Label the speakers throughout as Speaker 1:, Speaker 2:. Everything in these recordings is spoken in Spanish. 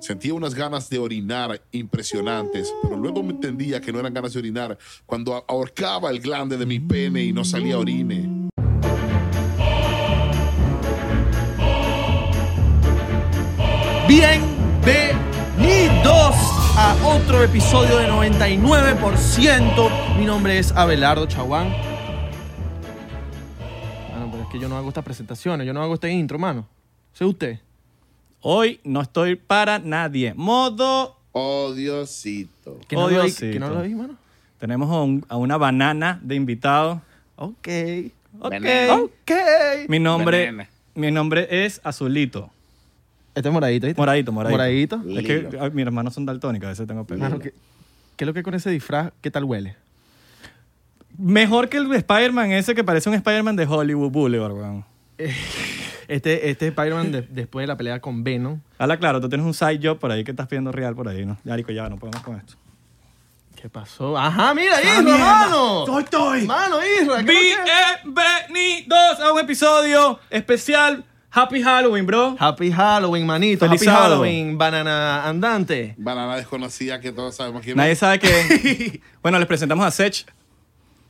Speaker 1: Sentía unas ganas de orinar impresionantes, pero luego me entendía que no eran ganas de orinar cuando ahorcaba el glande de mi pene y no salía orine.
Speaker 2: Bienvenidos a otro episodio de 99%. Mi nombre es Abelardo Chaguán. Mano, pero es que yo no hago estas presentaciones, yo no hago este intro, mano. Sé usted.
Speaker 3: Hoy no estoy para nadie. Modo.
Speaker 1: Oh, Diosito.
Speaker 2: ¿Que no, lo vi,
Speaker 3: Odiosito.
Speaker 2: que no lo vi, mano?
Speaker 3: Tenemos a, un- a una banana de invitado.
Speaker 2: Ok.
Speaker 3: Ok.
Speaker 2: Ok.
Speaker 3: Mi nombre.
Speaker 1: Banana.
Speaker 3: Mi nombre es Azulito.
Speaker 2: Este es moradito, ¿viste?
Speaker 3: Moradito, moradito.
Speaker 2: Moradito.
Speaker 3: Es que ay, mis hermanos son daltónicos, a veces tengo pelo.
Speaker 2: Mano, ¿qué, qué es lo que con ese disfraz? ¿Qué tal huele?
Speaker 3: Mejor que el Spider-Man ese que parece un Spider-Man de Hollywood Boulevard, weón.
Speaker 2: Este, este Spider-Man de- después de la pelea con Venom.
Speaker 3: Habla claro, tú tienes un side job por ahí que estás pidiendo real por ahí, ¿no? Ya, Rico, ya no podemos con esto.
Speaker 2: ¿Qué pasó? Ajá, mira, Isra,
Speaker 3: mierda!
Speaker 2: mano.
Speaker 3: ¡Soy Toy!
Speaker 2: Mano, Isra. ¿qué lo que-
Speaker 3: Bienvenidos a un episodio especial Happy Halloween, bro.
Speaker 2: Happy Halloween, manito.
Speaker 3: Feliz
Speaker 2: Happy
Speaker 3: sábado.
Speaker 2: Halloween, banana andante.
Speaker 1: Banana desconocida que todos sabemos quién
Speaker 3: Nadie
Speaker 1: es.
Speaker 3: sabe que. bueno, les presentamos a Sech.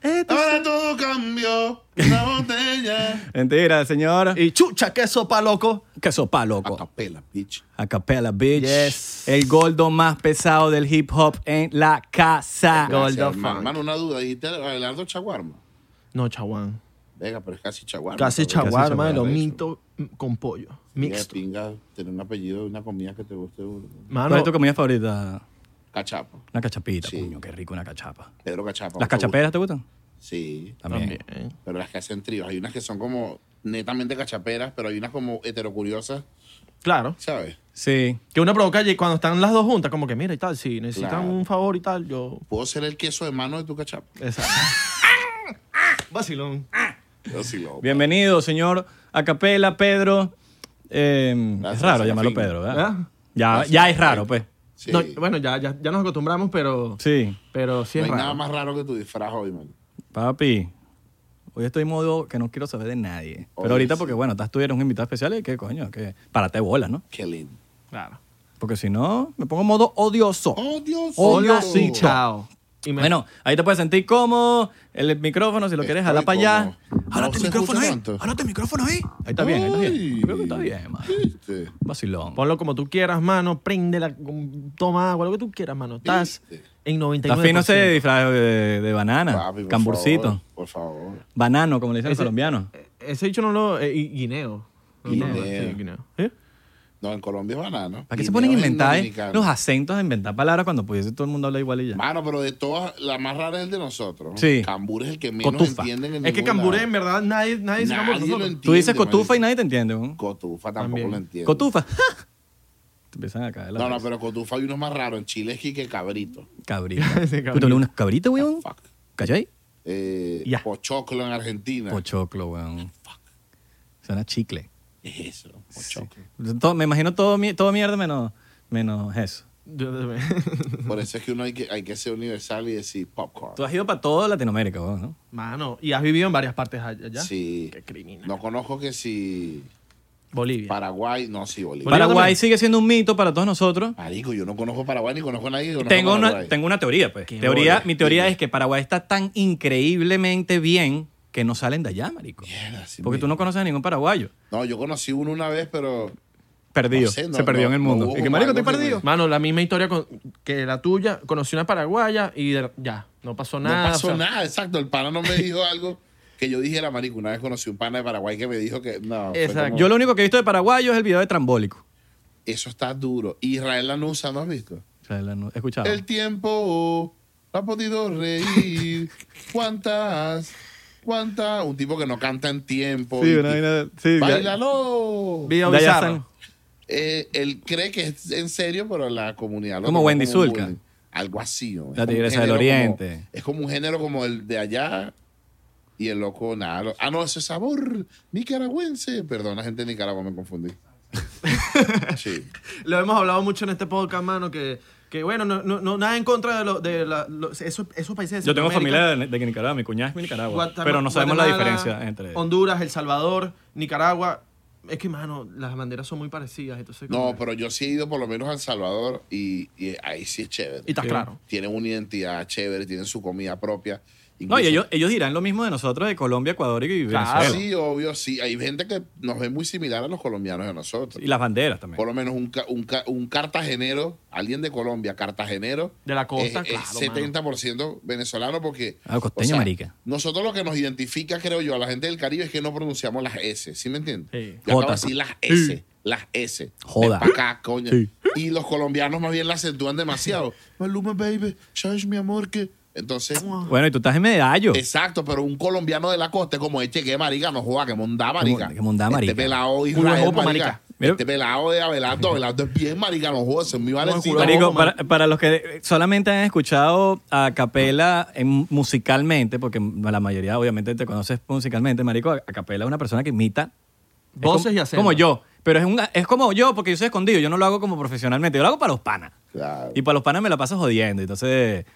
Speaker 1: Ahora todo cambió. Una botella.
Speaker 3: Mentira, señor.
Speaker 2: Y chucha, queso pa' loco.
Speaker 3: Queso pa, loco.
Speaker 1: Acapela, bitch.
Speaker 3: A capella, bitch.
Speaker 2: Yes.
Speaker 3: El gordo más pesado del hip hop en la casa.
Speaker 2: Gordo
Speaker 1: Gracias, hermano.
Speaker 2: funk.
Speaker 1: Hermano, una duda. Dijiste Abelardo Chaguarma.
Speaker 2: No, chaguán.
Speaker 1: Venga, pero es casi Chaguarma.
Speaker 2: Casi chaguán,
Speaker 3: chaguarma,
Speaker 2: hermano.
Speaker 1: de hecho.
Speaker 2: Mito con pollo. Mixto.
Speaker 1: Mira, pinga, tener un apellido de una comida que te guste.
Speaker 3: ¿Cuál
Speaker 2: Mano,
Speaker 3: es tu comida favorita?
Speaker 1: Cachapa.
Speaker 3: Una cachapita,
Speaker 1: Sí.
Speaker 3: coño, qué rico una cachapa.
Speaker 1: Pedro Cachapa.
Speaker 3: ¿Las
Speaker 1: ¿te gusta?
Speaker 3: cachaperas te gustan?
Speaker 1: Sí.
Speaker 3: También.
Speaker 2: También.
Speaker 1: Pero las que hacen tríos. Hay unas que son como netamente cachaperas, pero hay unas como heterocuriosas,
Speaker 2: Claro.
Speaker 1: ¿sabes?
Speaker 3: Sí.
Speaker 2: Que uno provoca y cuando están las dos juntas, como que mira y tal, si necesitan
Speaker 1: Claro.
Speaker 2: un favor y tal, yo.
Speaker 1: Puedo ser el queso de mano de tu cachapa.
Speaker 2: Exacto. Vacilón.
Speaker 1: Yo sí lo.
Speaker 3: Bienvenido, señor Acapela, Pedro. Eh, es
Speaker 1: Gracias,
Speaker 3: raro
Speaker 1: Serafín.
Speaker 3: llamarlo Pedro, ¿verdad?
Speaker 2: ¿Verdad?
Speaker 3: Ya,
Speaker 1: Gracias,
Speaker 3: ya es
Speaker 1: Serafín.
Speaker 3: raro, pues.
Speaker 1: Sí.
Speaker 2: No,
Speaker 1: No,
Speaker 2: bueno, ya, ya, ya nos acostumbramos, pero.
Speaker 3: Sí.
Speaker 2: Pero sí
Speaker 1: hay
Speaker 2: es raro.
Speaker 1: nada más raro que tu disfraz hoy, man.
Speaker 3: Papi, hoy estoy en modo que no quiero saber de nadie.
Speaker 1: Oye,
Speaker 3: Pero ahorita,
Speaker 1: sí.
Speaker 3: porque bueno, estás tú eres un invitado especial y qué coño, que párate bola, ¿no?
Speaker 1: Qué lindo.
Speaker 2: Claro.
Speaker 3: Porque si no, me pongo en modo odioso.
Speaker 1: ¡Oh, Dios!
Speaker 2: Hola,
Speaker 1: mío!
Speaker 2: sí, chao. Y me-
Speaker 3: Bueno, ahí te puedes sentir cómodo, el micrófono, si lo quieres
Speaker 1: Estoy
Speaker 3: jalar para allá.
Speaker 1: cómodo. No
Speaker 3: Jálate el
Speaker 1: se
Speaker 3: micrófono
Speaker 1: escucha
Speaker 3: ahí.
Speaker 1: tanto.
Speaker 3: Jálate el micrófono ahí. Ahí está bien, ahí está bien.
Speaker 1: Ay.
Speaker 3: Yo creo que está bien, man.
Speaker 1: ¿Viste?
Speaker 3: Vacilón.
Speaker 2: Ponlo como tú quieras, mano. Préndela, con- toma agua, lo que tú quieras, mano. Estás
Speaker 1: Viste.
Speaker 2: en 99.
Speaker 3: Está fino ese disfraz de, de banana,
Speaker 1: Papi, por
Speaker 3: camburcito,
Speaker 1: favor, Por favor.
Speaker 3: banano, como le dicen los
Speaker 2: Ese-
Speaker 3: colombianos.
Speaker 2: Ese dicho no lo. eh, gui- guineo. No,
Speaker 1: Guineo.
Speaker 2: no, sí, guineo. ¿Eh?
Speaker 1: No, en Colombia es banano.
Speaker 3: ¿Para qué
Speaker 1: Y
Speaker 3: se ponen a
Speaker 1: menos en
Speaker 3: inventar eh,
Speaker 1: dominicano.
Speaker 3: los acentos, a inventar palabras cuando pudiese todo el mundo hablar igual y ya?
Speaker 1: Mano, pero de todas, la más rara es el de nosotros.
Speaker 3: Sí.
Speaker 1: Cambur es el que menos
Speaker 3: Cotufa.
Speaker 1: entienden en
Speaker 2: Es que
Speaker 1: ningún
Speaker 2: cambure,
Speaker 1: lado.
Speaker 2: en verdad, nadie, nadie, se
Speaker 1: Nadie
Speaker 2: llama por
Speaker 1: lo
Speaker 2: nosotros.
Speaker 1: entiende.
Speaker 3: Tú dices cotufa
Speaker 1: marico.
Speaker 3: y nadie te entiende, weón.
Speaker 1: Cotufa tampoco
Speaker 2: También.
Speaker 1: lo entiendo.
Speaker 3: Cotufa. te empiezan a caer la
Speaker 1: No, no,
Speaker 3: risa.
Speaker 1: pero cotufa hay unos más raros. En Chile es que cabrito.
Speaker 3: Cabrita.
Speaker 2: Sí, cabrita.
Speaker 3: Puta, unos cabritas, weón.
Speaker 1: Fuck.
Speaker 3: ¿Cachai? ahí?
Speaker 1: Eh,
Speaker 2: Ya.
Speaker 1: Pochoclo en Argentina.
Speaker 3: Pochoclo, weón. Suena a chicle.
Speaker 1: ¿Qué es eso? Pochoclo.
Speaker 3: Todo- me imagino todo, mi- todo mierda menos, menos eso.
Speaker 1: Por eso es que uno hay que, hay que ser universal y decir popcorn.
Speaker 3: Tú has ido para toda Latinoamérica, weón, ¿no?
Speaker 2: mano, y has vivido en varias partes allá. allá.
Speaker 1: Sí.
Speaker 2: Qué criminal.
Speaker 1: No conozco que si
Speaker 2: Bolivia.
Speaker 1: Paraguay, no, sí, Bolivia.
Speaker 2: Bolivia
Speaker 3: Paraguay
Speaker 2: también.
Speaker 3: sigue siendo un mito para todos nosotros.
Speaker 1: Marico, yo no conozco Paraguay ni conozco a nadie que conozca
Speaker 3: Tengo una,
Speaker 1: Paraguay.
Speaker 3: tengo una teoría, pues.
Speaker 2: Qué
Speaker 3: Teoría,
Speaker 1: bola.
Speaker 3: mi teoría
Speaker 1: Dime.
Speaker 3: es que Paraguay está tan increíblemente bien que no salen de allá, marico.
Speaker 1: Mierda, sí,
Speaker 3: Porque tú
Speaker 1: mira.
Speaker 3: no conoces a ningún paraguayo.
Speaker 1: No, yo conocí uno una vez, pero...
Speaker 3: Perdido.
Speaker 1: sé, no,
Speaker 3: se
Speaker 1: no,
Speaker 3: perdió en el
Speaker 1: no
Speaker 3: mundo.
Speaker 1: hubo
Speaker 3: y que
Speaker 1: como
Speaker 3: marico,
Speaker 1: algo
Speaker 3: estoy
Speaker 1: que me-
Speaker 3: perdido.
Speaker 2: Mano, la misma historia con- que la tuya. Conocí una paraguaya y de- ya, no pasó nada.
Speaker 1: no pasó
Speaker 2: o sea,
Speaker 1: nada, exacto. El pana no me dijo algo que yo dije la marico. Una vez conocí un pana de Paraguay que me dijo que... No, fue
Speaker 2: Exacto.
Speaker 1: como,
Speaker 3: Yo lo único que he visto de paraguayo es el video de Trambólico.
Speaker 1: eso está duro. Israel Lanusa, ¿no has visto?
Speaker 3: O sea, la- no- Escuchaba.
Speaker 1: El tiempo no ha podido reír. ¿Cuántas? ¿Cuántas? Un tipo que no canta en tiempo.
Speaker 3: Sí,
Speaker 1: y-
Speaker 3: una
Speaker 1: y-
Speaker 3: vaina- sí, ya-
Speaker 1: ¡Báilalo!
Speaker 2: Video
Speaker 3: De allá
Speaker 2: bizarro.
Speaker 3: salen.
Speaker 1: Eh, él cree que es en serio, pero la comunidad. lo
Speaker 3: Como
Speaker 1: toma
Speaker 3: Wendy
Speaker 1: un
Speaker 3: Zulka.
Speaker 1: bullying. Algo así. ¿no? Es
Speaker 3: La
Speaker 1: como un
Speaker 3: tigresa del
Speaker 1: género como-
Speaker 3: Oriente.
Speaker 1: es como un género como el de allá y el loco nada. lo- ah, no, ese sabor nicaragüense. Perdón, la gente de Nicaragua me confundí. sí.
Speaker 2: Lo hemos hablado mucho en este podcast, mano, que, que bueno, no, no, no, nada en contra de, lo- de la- lo- esos, esos países. de
Speaker 3: Yo tengo
Speaker 2: Centroamérica,
Speaker 3: familia de, de Nicaragua, mi cuñada es de Nicaragua.
Speaker 2: Guatemala-
Speaker 3: pero no sabemos la
Speaker 2: Guatemala,
Speaker 3: diferencia entre.
Speaker 2: Honduras, El Salvador, Nicaragua. Es que, mano, las banderas son muy parecidas, entonces... como-
Speaker 1: No, pero yo sí he ido por lo menos a El Salvador y, y ahí sí es chévere.
Speaker 2: Y estás claro.
Speaker 1: Tienen una identidad chévere, tienen su comida propia.
Speaker 3: No, y
Speaker 1: Incluso- Ah,
Speaker 3: ellos, ellos dirán lo mismo de nosotros de Colombia, Ecuador y Venezuela.
Speaker 2: Claro.
Speaker 1: Sí, obvio, sí. Hay gente que nos ve muy similar a los colombianos y a nosotros.
Speaker 3: Y las banderas también.
Speaker 1: Por lo menos un, ca- un, ca- un cartagenero, alguien de Colombia, cartagenero. eh,
Speaker 2: De la costa,
Speaker 1: es,
Speaker 2: claro,
Speaker 1: es 70% venezolano porque.
Speaker 3: Ah, costeño, marica.
Speaker 1: Nosotros lo que nos identifica, creo yo, a la gente del Caribe es que no pronunciamos las S, ¿sí me entiendes?
Speaker 2: Sí.
Speaker 1: Yo acabo
Speaker 3: Jota.
Speaker 1: de decir las S,
Speaker 3: Sí.
Speaker 1: las S. Ven
Speaker 3: Joda.
Speaker 1: pa' acá, coño.
Speaker 3: Sí.
Speaker 1: Y los colombianos más bien la acentúan demasiado. Maluma, baby, sabes, mi amor, que. Entonces.
Speaker 3: Bueno, y tú estás en medallo.
Speaker 1: Exacto, pero un colombiano de la costa es como este que marica no juega, que monda marica.
Speaker 3: Que mondá, marica.
Speaker 1: Este pelado hijo
Speaker 2: Culo de
Speaker 1: de
Speaker 2: ojo,
Speaker 1: marica.
Speaker 2: marica.
Speaker 3: Mira.
Speaker 1: Este pelado de Abelardo, Abelardo es bien marica, no juega, se me iba a
Speaker 2: No,
Speaker 1: decir.
Speaker 2: culo de
Speaker 3: Marico,
Speaker 2: ojo,
Speaker 3: para,
Speaker 2: man.
Speaker 3: para los que solamente han escuchado a capela en- musicalmente, porque la mayoría obviamente te conoces musicalmente, Marico, a, a capela es una persona que imita es
Speaker 2: Voces
Speaker 3: como-
Speaker 2: y acentos.
Speaker 3: Como yo. Pero es, una- es como yo, porque yo soy escondido, yo no lo hago como profesionalmente, yo lo hago para los panas.
Speaker 1: Claro.
Speaker 3: Y para los panas me la paso jodiendo. Entonces,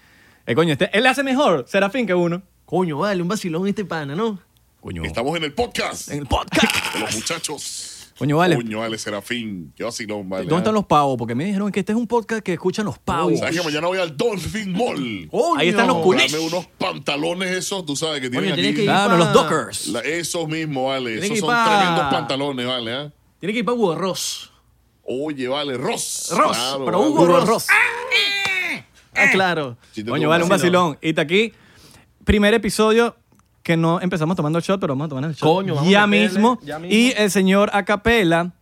Speaker 3: eh, coño, este, él hace mejor Serafín que uno.
Speaker 2: Coño, vale, un vacilón este pana, ¿no?
Speaker 3: Coño.
Speaker 1: Estamos en el podcast
Speaker 3: En el podcast.
Speaker 1: de los muchachos.
Speaker 3: Coño, vale.
Speaker 1: Coño, vale, Serafín. Qué vacilón, vale.
Speaker 3: ¿Dónde están los pavos? Porque me dijeron que este es un podcast que escuchan los pavos.
Speaker 2: Oh,
Speaker 3: Oh,
Speaker 1: ¿Sabes que mañana voy al Dolphin Mall?
Speaker 2: Coño.
Speaker 3: Ahí están los culis.
Speaker 1: Dame unos pantalones esos, tú sabes que tienen
Speaker 2: Coño,
Speaker 1: aquí.
Speaker 2: tienes que ir
Speaker 3: Claro,
Speaker 2: pa-
Speaker 3: los dockers.
Speaker 1: La- esos mismos, vale.
Speaker 2: Tienes
Speaker 1: Esos
Speaker 2: que
Speaker 1: son
Speaker 2: ir pa-
Speaker 1: tremendos pantalones, vale. ¿ah?
Speaker 2: Tiene que ir para Hugo Ross.
Speaker 1: Oye, vale, Ross.
Speaker 2: Ross,
Speaker 1: Claro,
Speaker 2: pero
Speaker 1: vale.
Speaker 2: Hugo
Speaker 3: Hugo
Speaker 2: Ross.
Speaker 3: Ross.
Speaker 2: Ah, claro.
Speaker 1: Chiste
Speaker 3: Coño,
Speaker 1: todo
Speaker 3: vale, un
Speaker 1: vacilón.
Speaker 3: vacilón. Y está aquí, primer episodio que no empezamos tomando shot, pero vamos a tomar el shot
Speaker 2: Coño, vamos a
Speaker 3: ya,
Speaker 2: meterle,
Speaker 3: mismo.
Speaker 2: ya mismo.
Speaker 3: Y el señor Acapela,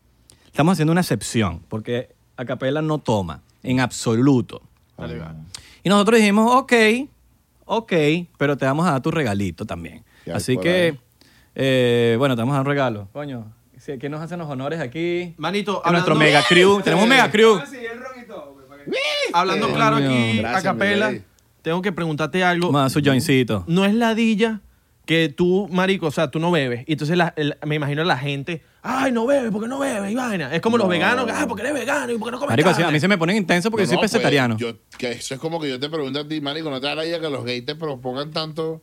Speaker 3: estamos haciendo una excepción, porque Acapela no toma, en absoluto.
Speaker 1: Ah.
Speaker 3: Y nosotros dijimos, ok, ok, pero te vamos a dar tu regalito también.
Speaker 1: Ya,
Speaker 3: Así
Speaker 1: por
Speaker 3: que,
Speaker 1: ahí.
Speaker 3: eh, bueno, te vamos a dar un regalo. Coño, si- ¿quién nos hace los honores aquí?
Speaker 2: Manito,
Speaker 3: A
Speaker 2: hablando- este
Speaker 3: nuestro
Speaker 2: Ah,
Speaker 3: mega crew. Tenemos un mega crew.
Speaker 2: Hablando
Speaker 1: Eh,
Speaker 2: claro aquí,
Speaker 1: Gracias,
Speaker 2: a capela,
Speaker 1: mi rey.
Speaker 2: tengo que preguntarte algo.
Speaker 3: Vamos a dar su joincito.
Speaker 2: No es ladilla que tú, marico, o sea, tú no bebes. Y entonces la- el- me imagino a la gente, ay, no bebes, porque no bebes, y vaina. Es como los
Speaker 1: No.
Speaker 2: veganos, que, ay, porque eres vegano y porque no comes
Speaker 3: Marico, así- a
Speaker 2: carne".
Speaker 3: mí se me ponen intenso porque
Speaker 1: No,
Speaker 3: yo soy
Speaker 1: no, pues,
Speaker 3: pesetariano.
Speaker 1: yo- que eso es como que yo te pregunto a ti, marico, no te da la idea que los gays te propongan tanto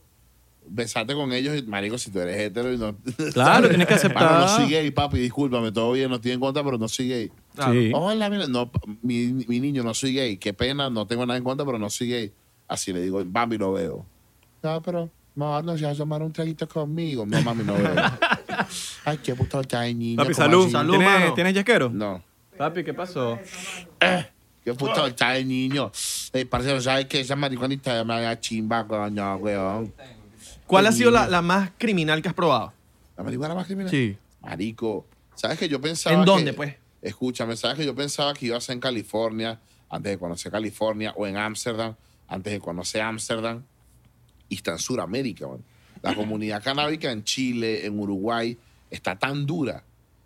Speaker 1: besarte con ellos. Y, marico, si tú eres hetero y no...
Speaker 3: Claro, tienes que aceptar.
Speaker 1: Mano, no soy gay, papi, discúlpame, todo bien, no estoy en contra, pero no soy gay.
Speaker 2: Claro.
Speaker 3: Sí.
Speaker 1: Hola, mira, no, pa- mi, mi niño, no soy gay. Qué pena, no tengo nada en contra, pero no soy gay. Así le digo, Bambi, no veo. No, pero... No, no, ya tomar un traguito conmigo. No, mami, no veo. Ay, qué puto hay, niño.
Speaker 3: Papi,
Speaker 1: ¿cómo
Speaker 3: salud.
Speaker 1: así?
Speaker 2: Salud,
Speaker 3: ¿Tienes,
Speaker 2: mano.
Speaker 3: ¿Tienes yesquero?
Speaker 1: No.
Speaker 3: Papi, ¿qué pasó?
Speaker 1: Qué puto está el niño. Eh, parcero, ¿sabes qué? Esa mariconita me haga chimba, coño, weón.
Speaker 2: ¿Cuál ha sido la, la más criminal que has probado?
Speaker 1: ¿La marihuana más criminal?
Speaker 2: Sí.
Speaker 1: Marico. ¿Sabes que yo pensaba
Speaker 2: ¿En
Speaker 1: que-
Speaker 2: dónde, pues?
Speaker 1: Escúchame, ¿sabes que yo pensaba que iba a ser en California antes de conocer California o en Ámsterdam antes de conocer Ámsterdam? Y está en Sudamérica, man. La comunidad canábica en Chile, en Uruguay, está tan dura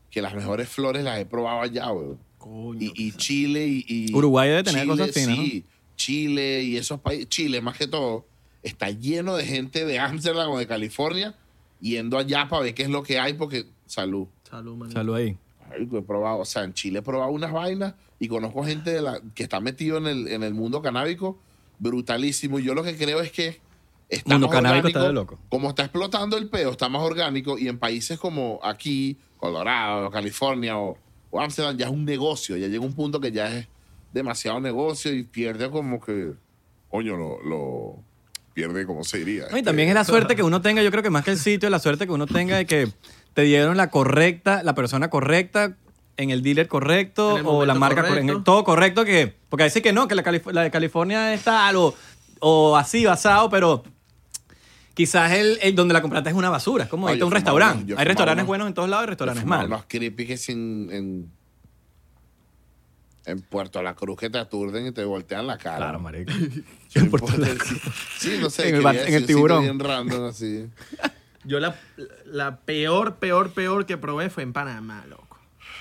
Speaker 1: que las mejores flores las he probado allá, weón.
Speaker 2: Coño.
Speaker 1: Y, y Chile y, y-
Speaker 3: Uruguay debe tener cosas finas,
Speaker 1: sí. Chile y esos países, Chile más que todo, está lleno de gente de Ámsterdam o de California yendo allá para ver qué es lo que hay, porque salud.
Speaker 2: Salud, manito.
Speaker 3: Salud ahí.
Speaker 1: Ay, he probado, o sea, en Chile he probado unas vainas y conozco gente de la, que está metido en el, en el mundo canábico brutalísimo. Y yo lo que creo es que está
Speaker 3: Mundo
Speaker 1: más orgánico,
Speaker 3: canábico está de loco.
Speaker 1: como está explotando el peo, está más orgánico y en países como aquí, Colorado, California o o Ámsterdam ya es un negocio, ya llega un punto que ya es demasiado negocio y pierde como que, coño, lo, lo pierde como se diría. Este,
Speaker 3: No, y también es la suerte que uno tenga, yo creo que más que el sitio, es la suerte que uno tenga de que te dieron la correcta, la persona correcta, en el dealer correcto
Speaker 2: En el
Speaker 3: o la
Speaker 2: momento
Speaker 3: marca correcta,
Speaker 2: correcto.
Speaker 3: todo correcto que... Porque a veces que no, que la, Calif- la de California es tal o, o así, basado, pero quizás el, el donde la compraste es una basura. Es como
Speaker 1: No,
Speaker 3: irte
Speaker 1: yo
Speaker 3: a un
Speaker 1: fumaba
Speaker 3: restaurante.
Speaker 1: unos- yo
Speaker 3: Hay
Speaker 1: fumaba
Speaker 3: restaurantes
Speaker 1: unos-
Speaker 3: buenos en todos lados y restaurantes malos.
Speaker 1: Los creepy que sin, en, en Puerto La Cruz que te aturden y te voltean la cara.
Speaker 3: Claro, marico.
Speaker 1: Sí,
Speaker 3: En
Speaker 1: no
Speaker 3: Puerto La
Speaker 1: importa, sí. Sí, no sé.
Speaker 3: En el
Speaker 1: quería
Speaker 3: bar- en
Speaker 1: decir
Speaker 3: el
Speaker 1: un sitio
Speaker 3: tiburón.
Speaker 1: bien random, así.
Speaker 2: Yo la, la peor, peor, peor que probé fue en Panamá, loco.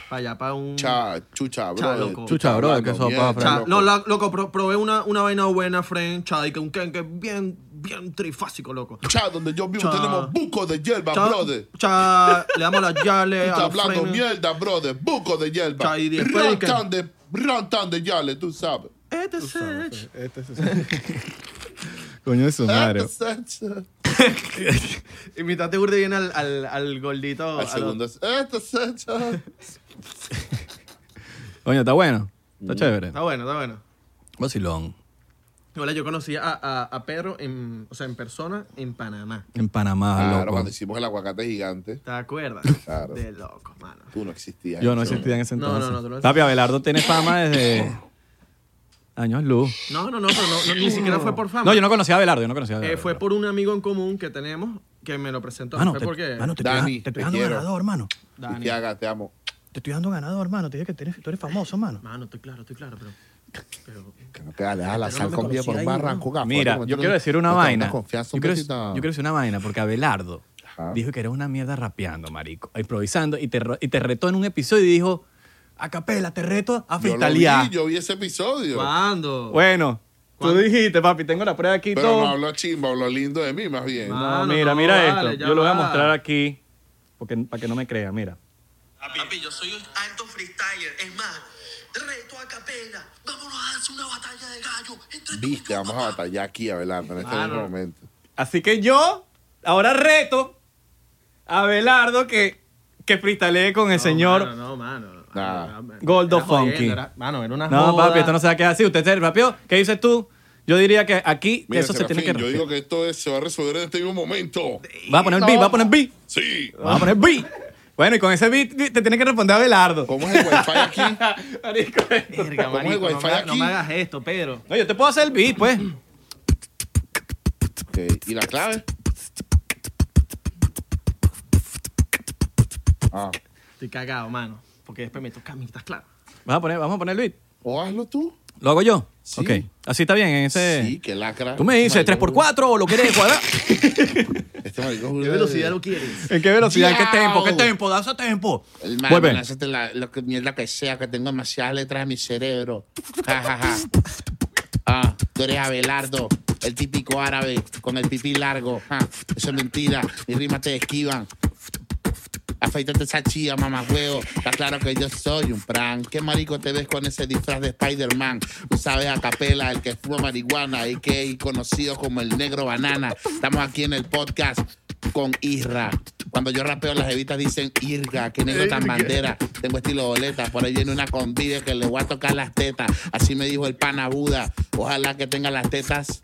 Speaker 2: Para allá, para un...
Speaker 1: Cha, chucha, bro.
Speaker 2: loco.
Speaker 3: Chucha, bro,
Speaker 1: hablando
Speaker 3: que eso va
Speaker 1: mierda,
Speaker 3: pa'
Speaker 2: Cha-
Speaker 1: loco.
Speaker 2: no, la- loco, pro- probé una, una vaina buena, friend. Chá, y que un que que bien, bien trifásico, loco.
Speaker 1: Cha, donde yo vivo
Speaker 2: Cha.
Speaker 1: tenemos bucos de hierba,
Speaker 2: Cha,
Speaker 1: brother.
Speaker 2: cha, le damos las yales
Speaker 1: Está
Speaker 2: a
Speaker 1: hablando
Speaker 2: Fren.
Speaker 1: mierda, brother. Bucos de hierba.
Speaker 2: Cha, y después de que-
Speaker 1: Rantan de, rantan de yale, tú sabes.
Speaker 2: Este es Sech.
Speaker 3: Coño de su
Speaker 1: Este es-
Speaker 2: Imitaste burde bien al, al, al gordito.
Speaker 1: Al
Speaker 2: a
Speaker 1: segundo
Speaker 2: los-
Speaker 1: es. "Esto es hecho".
Speaker 3: Coño, está bueno. Está chévere.
Speaker 2: Está bueno, está bueno.
Speaker 3: Vacilón.
Speaker 2: Hola, yo conocí a, a, a Pedro en, o sea, en persona en Panamá.
Speaker 3: En Panamá,
Speaker 1: Claro,
Speaker 3: Ah, loco.
Speaker 1: cuando hicimos el aguacate gigante,
Speaker 2: ¿Te acuerdas?
Speaker 1: Claro.
Speaker 2: De loco, mano.
Speaker 1: tú no existías.
Speaker 3: Yo no
Speaker 1: ese
Speaker 3: existía en ese
Speaker 2: No, no,
Speaker 3: entonces.
Speaker 2: no, tú no existías.
Speaker 3: Papi, Abelardo tiene fama desde años luz.
Speaker 2: No, no, no, pero no, no, ni siquiera fue por fama.
Speaker 3: No, yo no conocía a Abelardo, yo no conocía a
Speaker 2: Eh,
Speaker 3: Abelardo.
Speaker 2: fue por un amigo en común que tenemos que me lo presentó.
Speaker 3: Mano,
Speaker 2: fue
Speaker 3: te,
Speaker 2: porque.
Speaker 3: mano, te,
Speaker 1: Dani,
Speaker 3: estoy, da- te
Speaker 1: te
Speaker 3: estoy dando
Speaker 1: quiero.
Speaker 3: ganador, hermano.
Speaker 1: momento. Cristiaga, te amo.
Speaker 3: Te estoy dando ganador, hermano. Te dije que eres- tú eres famoso, hermano.
Speaker 2: Mano, estoy claro, estoy claro, pero. pero
Speaker 1: Que no te dale a la
Speaker 2: Pero
Speaker 1: sal
Speaker 2: no me
Speaker 1: con pie por
Speaker 2: conocía ahí,
Speaker 1: barranco, gafo.
Speaker 3: Mira,
Speaker 1: Ah, Como tú
Speaker 3: yo
Speaker 1: no-
Speaker 3: quiero decir una
Speaker 1: no te da
Speaker 3: vaina.
Speaker 1: confianza,
Speaker 3: yo,
Speaker 1: un
Speaker 3: quiero,
Speaker 1: besito.
Speaker 3: yo quiero decir una vaina porque Abelardo
Speaker 1: Ajá.
Speaker 3: dijo que era una mierda rapeando, marico, improvisando y te, ro- y te retó en un episodio y dijo, a capela, te reto a
Speaker 1: Yo lo vi,
Speaker 3: freestylear.
Speaker 1: yo vi ese episodio.
Speaker 2: ¿Cuándo?
Speaker 3: Bueno, tú
Speaker 2: ¿Cuándo?
Speaker 3: dijiste, papi, tengo la prueba aquí y
Speaker 1: Pero
Speaker 3: todo.
Speaker 1: no habló chimba, habló lindo de mí, más bien.
Speaker 2: Ah.
Speaker 3: No,
Speaker 2: Mano,
Speaker 3: mira,
Speaker 2: no,
Speaker 3: mira
Speaker 2: vale,
Speaker 3: esto.
Speaker 2: ya
Speaker 3: Yo lo voy a
Speaker 2: va.
Speaker 3: mostrar aquí porque, para que no me crea, mira.
Speaker 4: Papi. yo soy un alto freestyler. Es más, reto a capela. Vámonos a hacer una batalla de gallo. Entre tú y
Speaker 1: Viste,
Speaker 4: yo,
Speaker 1: vamos a
Speaker 4: papá.
Speaker 1: batallar aquí, Abelardo, en este
Speaker 2: Mano.
Speaker 1: mismo momento.
Speaker 3: Así que yo ahora reto a Belardo que, que freestalee con el
Speaker 2: No,
Speaker 3: señor.
Speaker 2: Mano, no, mano. Ah,
Speaker 1: Nah.
Speaker 2: Mano,
Speaker 3: Goldo
Speaker 2: era jodiendo,
Speaker 3: Funky.
Speaker 2: era- mano, era una.
Speaker 3: no,
Speaker 2: joda.
Speaker 3: papi, esto no se va a quedar así. Usted es el rapeo. ¿Qué dices tú? Yo diría que aquí
Speaker 1: Mira,
Speaker 3: eso se tiene que
Speaker 1: Serafín, Yo digo
Speaker 3: resolver.
Speaker 1: que esto es- se va a resolver en este mismo momento.
Speaker 3: Va a poner beat, va a poner beat.
Speaker 1: Sí.
Speaker 3: Va a poner beat. Bueno, y con ese beat te tiene que responder a Belardo.
Speaker 1: ¿Cómo es el wifi aquí?
Speaker 2: Ah,
Speaker 3: Marico, esto-
Speaker 2: Verga,
Speaker 1: ¿Cómo es
Speaker 2: marico, no,
Speaker 1: wifi
Speaker 2: me, no
Speaker 1: aquí?
Speaker 2: me hagas esto, Pedro.
Speaker 3: No, yo te puedo hacer el beat, pues.
Speaker 1: Ok, ¿Y la clave? Ah.
Speaker 2: Estoy cagado, mano. Porque después me toca a mí, ¿estás claro?
Speaker 3: Vas a poner, vamos a poner el beat.
Speaker 1: ¿O hazlo tú?
Speaker 3: ¿Lo hago yo?
Speaker 1: Sí.
Speaker 3: Ok. Así está bien, en ese.
Speaker 1: Sí, que lacra.
Speaker 3: Tú me dices 3x4 o lo quieres cuadrar.
Speaker 1: Este maricón
Speaker 2: ¿Qué velocidad lo quieres?
Speaker 3: ¿En qué velocidad? ¿Qué
Speaker 1: Yao.
Speaker 3: tempo? ¿Qué tempo? Danza tiempo.
Speaker 1: El man,
Speaker 3: Vuelve.
Speaker 1: lánzate la, lo que mierda que sea, que tengo demasiadas letras en mi cerebro. Ja, ja, ja. Ah, tú eres Abelardo, el típico árabe, con el pipí largo. Ja, eso es mentira, mis rimas te esquivan. Afeítate esa chía, mamá huevo. Está claro que yo soy un prank. ¿Qué marico te ves con ese disfraz de Spider-Man? Tú sabes a capela, el que fuma marihuana y que es conocido como el negro banana. Estamos aquí en el podcast con Isra. Cuando yo rapeo, las evitas dicen Irga, que negro tan bandera. Tengo estilo boleta. Por ahí viene una convive que le voy a tocar las tetas. Así me dijo el pana Buda. Ojalá que tenga las tetas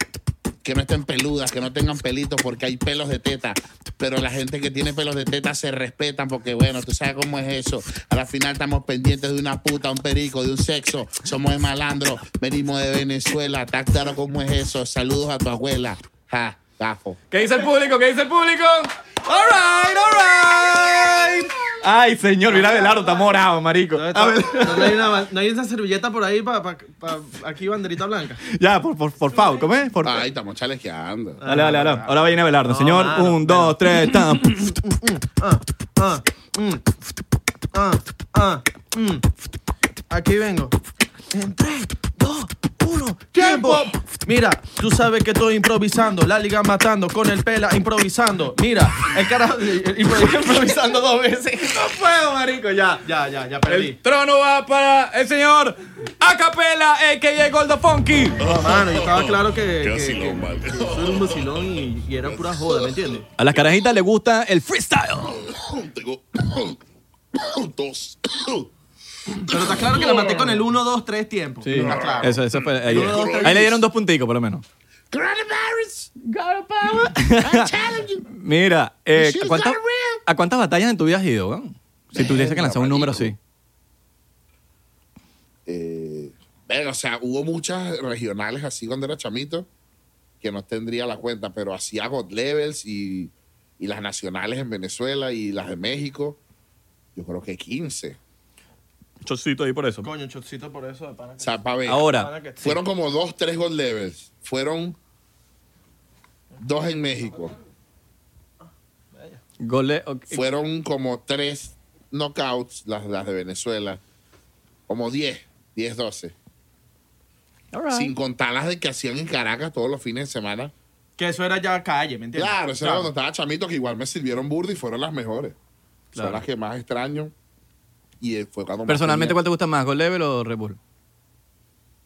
Speaker 1: que no estén peludas, que no tengan pelitos, porque hay pelos de teta. Pero la gente que tiene pelos de teta se respetan, porque bueno, tú sabes cómo es eso. A la final estamos pendientes de una puta, un perico, de un sexo. Somos de malandro, venimos de Venezuela. Está claro cómo es eso. Saludos a tu abuela. Ja, gafo.
Speaker 3: ¿Qué dice el público? ¿Qué dice el público? All right, all right. Ay, señor, mira Belardo, está morado, marico.
Speaker 2: ¿Dónde
Speaker 3: A ver,
Speaker 2: está? ¿Dónde hay una- ¿No hay esa servilleta por ahí para aquí banderita blanca?
Speaker 3: ya, por, por, por favor, ¿cómo es? Por-
Speaker 1: Ahí estamos chalejeando.
Speaker 3: Dale, dale, dale. Ahora viene Belardo,
Speaker 2: No,
Speaker 3: señor.
Speaker 2: mano,
Speaker 3: Un,
Speaker 2: pero-
Speaker 3: dos, tres, tan.
Speaker 2: Ah, ah, mm, ah, ah, mm. Aquí vengo. En 3, 2, 1, tiempo. Mira, tú sabes que estoy improvisando. La liga matando con el pela improvisando. Mira, el carajo impro- improvisando dos veces.
Speaker 3: No puedo, marico, ya.
Speaker 2: Ya, ya, ya
Speaker 3: El trono va para el señor Acapela, a.k.a. Goldo Funky.
Speaker 2: No, Eh, mano, yo estaba claro que.
Speaker 1: Qué
Speaker 2: que-
Speaker 1: vacilón,
Speaker 2: que-
Speaker 1: vale.
Speaker 2: que eso era un vacilón y, y era pura joda, ¿me entiendes?
Speaker 3: A las carajitas le gusta el freestyle.
Speaker 1: Tengo dos.
Speaker 2: Pero está claro que la maté con el 1, 2, 3 tiempo.
Speaker 3: Sí,
Speaker 2: Está Ah, claro.
Speaker 3: eso, eso fue. Ahí,
Speaker 2: Uno, dos, tres.
Speaker 3: ahí le dieron dos punticos, por lo menos.
Speaker 1: Coronavirus.
Speaker 3: Mira, eh,
Speaker 1: She's
Speaker 3: ¿a, cuántas-
Speaker 1: got a real-
Speaker 3: a cuántas batallas en tu vida has ido, weón? Si tuviese que
Speaker 1: Verga,
Speaker 3: lanzar un número
Speaker 1: marico.
Speaker 3: así.
Speaker 1: Eh, pero, o sea, hubo muchas regionales así cuando era chamito que no tendría la cuenta, pero hacía God Levels y, y las nacionales en Venezuela y las de México. Yo creo que 15.
Speaker 3: Chocito ahí por eso.
Speaker 2: Coño, chocito por eso de pana.
Speaker 1: O sea, para ver.
Speaker 3: Ahora,
Speaker 1: Fueron como dos, tres God Levels. Fueron dos en México.
Speaker 3: gole, ok.
Speaker 1: Fueron como tres knockouts, las, las de Venezuela. Como 10, 10, 12.
Speaker 3: All right.
Speaker 1: Sin contar las de que hacían en Caracas todos los fines de semana.
Speaker 2: Que eso era ya calle, ¿me entiendes?
Speaker 1: Claro, eso era cuando estaba chamito, que igual me sirvieron burda y fueron las mejores.
Speaker 3: Claro.
Speaker 1: Son las que más extraño. Y eh, fue cuando más
Speaker 3: Personalmente,
Speaker 1: tenía-
Speaker 3: ¿cuál te gusta más, Gold Level o Red Bull?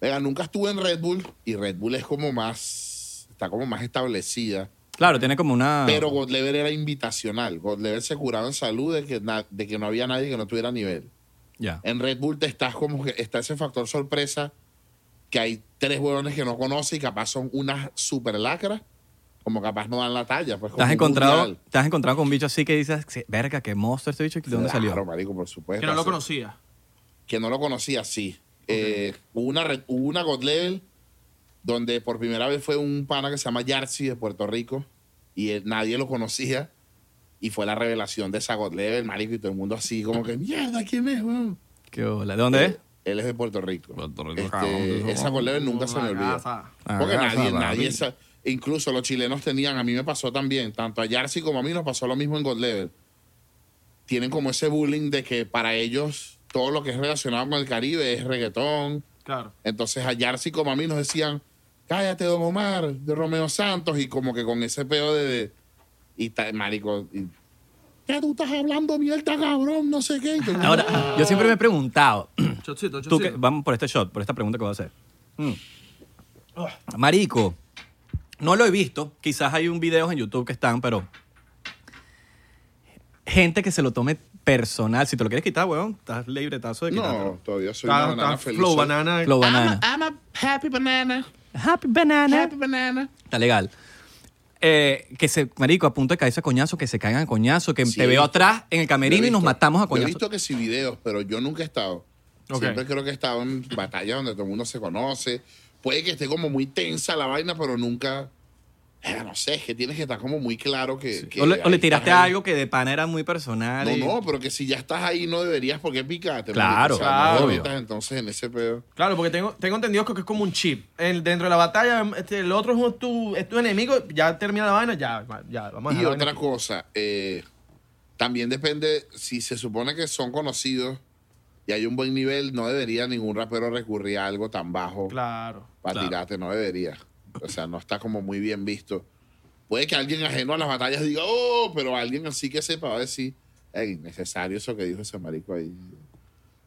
Speaker 1: Venga, nunca estuve en Red Bull y Red Bull es como más, está como más establecida.
Speaker 3: Claro, tiene como una.
Speaker 1: Pero Godlever era invitacional. Godlever se curaba en salud de que, na- de que no había nadie que no tuviera nivel.
Speaker 3: Ya.
Speaker 1: En Red Bull te estás como que está ese factor sorpresa que hay tres huevones que no conoce y capaz son unas super lacras, como capaz no dan la talla. Pues,
Speaker 3: ¿Te
Speaker 1: como
Speaker 3: has,
Speaker 1: un
Speaker 3: encontrado,
Speaker 1: mundial.
Speaker 3: te has encontrado con un bicho así que dices, "Sí, verga, qué monstruo este bicho, ¿de dónde
Speaker 1: Claro,
Speaker 3: salió?
Speaker 1: marico, por supuesto.
Speaker 2: Que no lo
Speaker 1: Así-
Speaker 2: conocía.
Speaker 1: que no lo conocía, sí. Eh, hubo, una, re- hubo una God Level donde por primera vez fue un pana que se llama Yarsi de Puerto Rico y él- nadie lo conocía y fue la revelación de esa God Level, marico, y todo el mundo así como que, mierda, ¿quién es, weón?
Speaker 3: ¿Qué hola? ¿De dónde es?
Speaker 1: Él, él es de Puerto Rico.
Speaker 3: ¿Eh? Puerto Rico,
Speaker 1: Este,
Speaker 3: cabrón, eso,
Speaker 1: esa God Level Eh, nunca se me olvida.
Speaker 2: Bagaza.
Speaker 1: Porque
Speaker 3: Agaza,
Speaker 1: nadie,
Speaker 3: papi.
Speaker 1: nadie, sa- incluso los chilenos tenían, a mí me pasó también, tanto a Yarsi como a mí nos pasó lo mismo en God Level. Tienen como ese bullying de que para ellos todo lo que es relacionado con el Caribe es reggaetón.
Speaker 2: Claro.
Speaker 1: Entonces a Yarsi como a mí nos decían, cállate Don Omar, de Romeo Santos, y como que con ese peo de... de- y ta- marico, y, ¿qué tú estás hablando mierda, cabrón? No sé qué. Y todo el mundo,
Speaker 3: Ahora, yo siempre me he preguntado,
Speaker 2: Chocito,
Speaker 3: tú que,
Speaker 2: chocito.
Speaker 3: vamos por este shot, por esta pregunta que voy a hacer. Mm. Marico, no lo he visto, quizás hay un video en YouTube que están, pero gente que se lo tome personal, si te lo quieres quitar, weón, estás libretazo de quitarlo.
Speaker 1: No, todavía soy una
Speaker 2: Está,
Speaker 1: banana
Speaker 2: está
Speaker 1: feliz.
Speaker 2: flow
Speaker 1: Soy-
Speaker 2: banana.
Speaker 3: Flow banana.
Speaker 1: I'm a happy banana,
Speaker 3: Ah, Happy banana.
Speaker 1: happy banana.
Speaker 3: Está legal. Eh, que se, marico, a punto de caerse a coñazo, que se caigan a coñazo, que
Speaker 1: Sí,
Speaker 3: te
Speaker 1: he
Speaker 3: veo
Speaker 1: visto.
Speaker 3: atrás en el
Speaker 1: Yo he
Speaker 3: camerino y nos
Speaker 1: visto-
Speaker 3: matamos a
Speaker 1: yo He
Speaker 3: coñazo.
Speaker 1: visto que sí videos, pero yo nunca he estado.
Speaker 2: Ok.
Speaker 1: Siempre creo que he estado en batallas donde todo el mundo se conoce. Puede que esté como muy tensa la vaina, pero nunca... eh, no sé, es que tienes que estar como muy claro que... que
Speaker 3: O le, o le
Speaker 1: ahí
Speaker 3: tiraste
Speaker 1: estás ahí.
Speaker 3: algo que de pana era muy personal.
Speaker 1: No,
Speaker 3: y-
Speaker 1: no, pero que si ya estás ahí no deberías porque picarte.
Speaker 3: Claro,
Speaker 2: claro,
Speaker 1: no te
Speaker 3: obvio.
Speaker 1: metas entonces en ese pedo.
Speaker 2: Claro, porque tengo, tengo entendido que es como un chip. El, dentro de la batalla, este, el otro es tu, es tu enemigo, ya termina la vaina, ya, ya, vamos a
Speaker 1: Y
Speaker 2: dejar la vaina
Speaker 1: otra
Speaker 2: aquí.
Speaker 1: cosa, eh, también depende, si se supone que son conocidos y hay un buen nivel, no debería ningún rapero recurrir a algo tan bajo
Speaker 2: Claro.
Speaker 1: para
Speaker 3: Claro.
Speaker 1: tirarte, no debería. O sea, no está como muy bien visto. Puede que alguien ajeno a las batallas diga, oh, pero alguien así que sepa va a decir, es innecesario eso que dijo ese marico ahí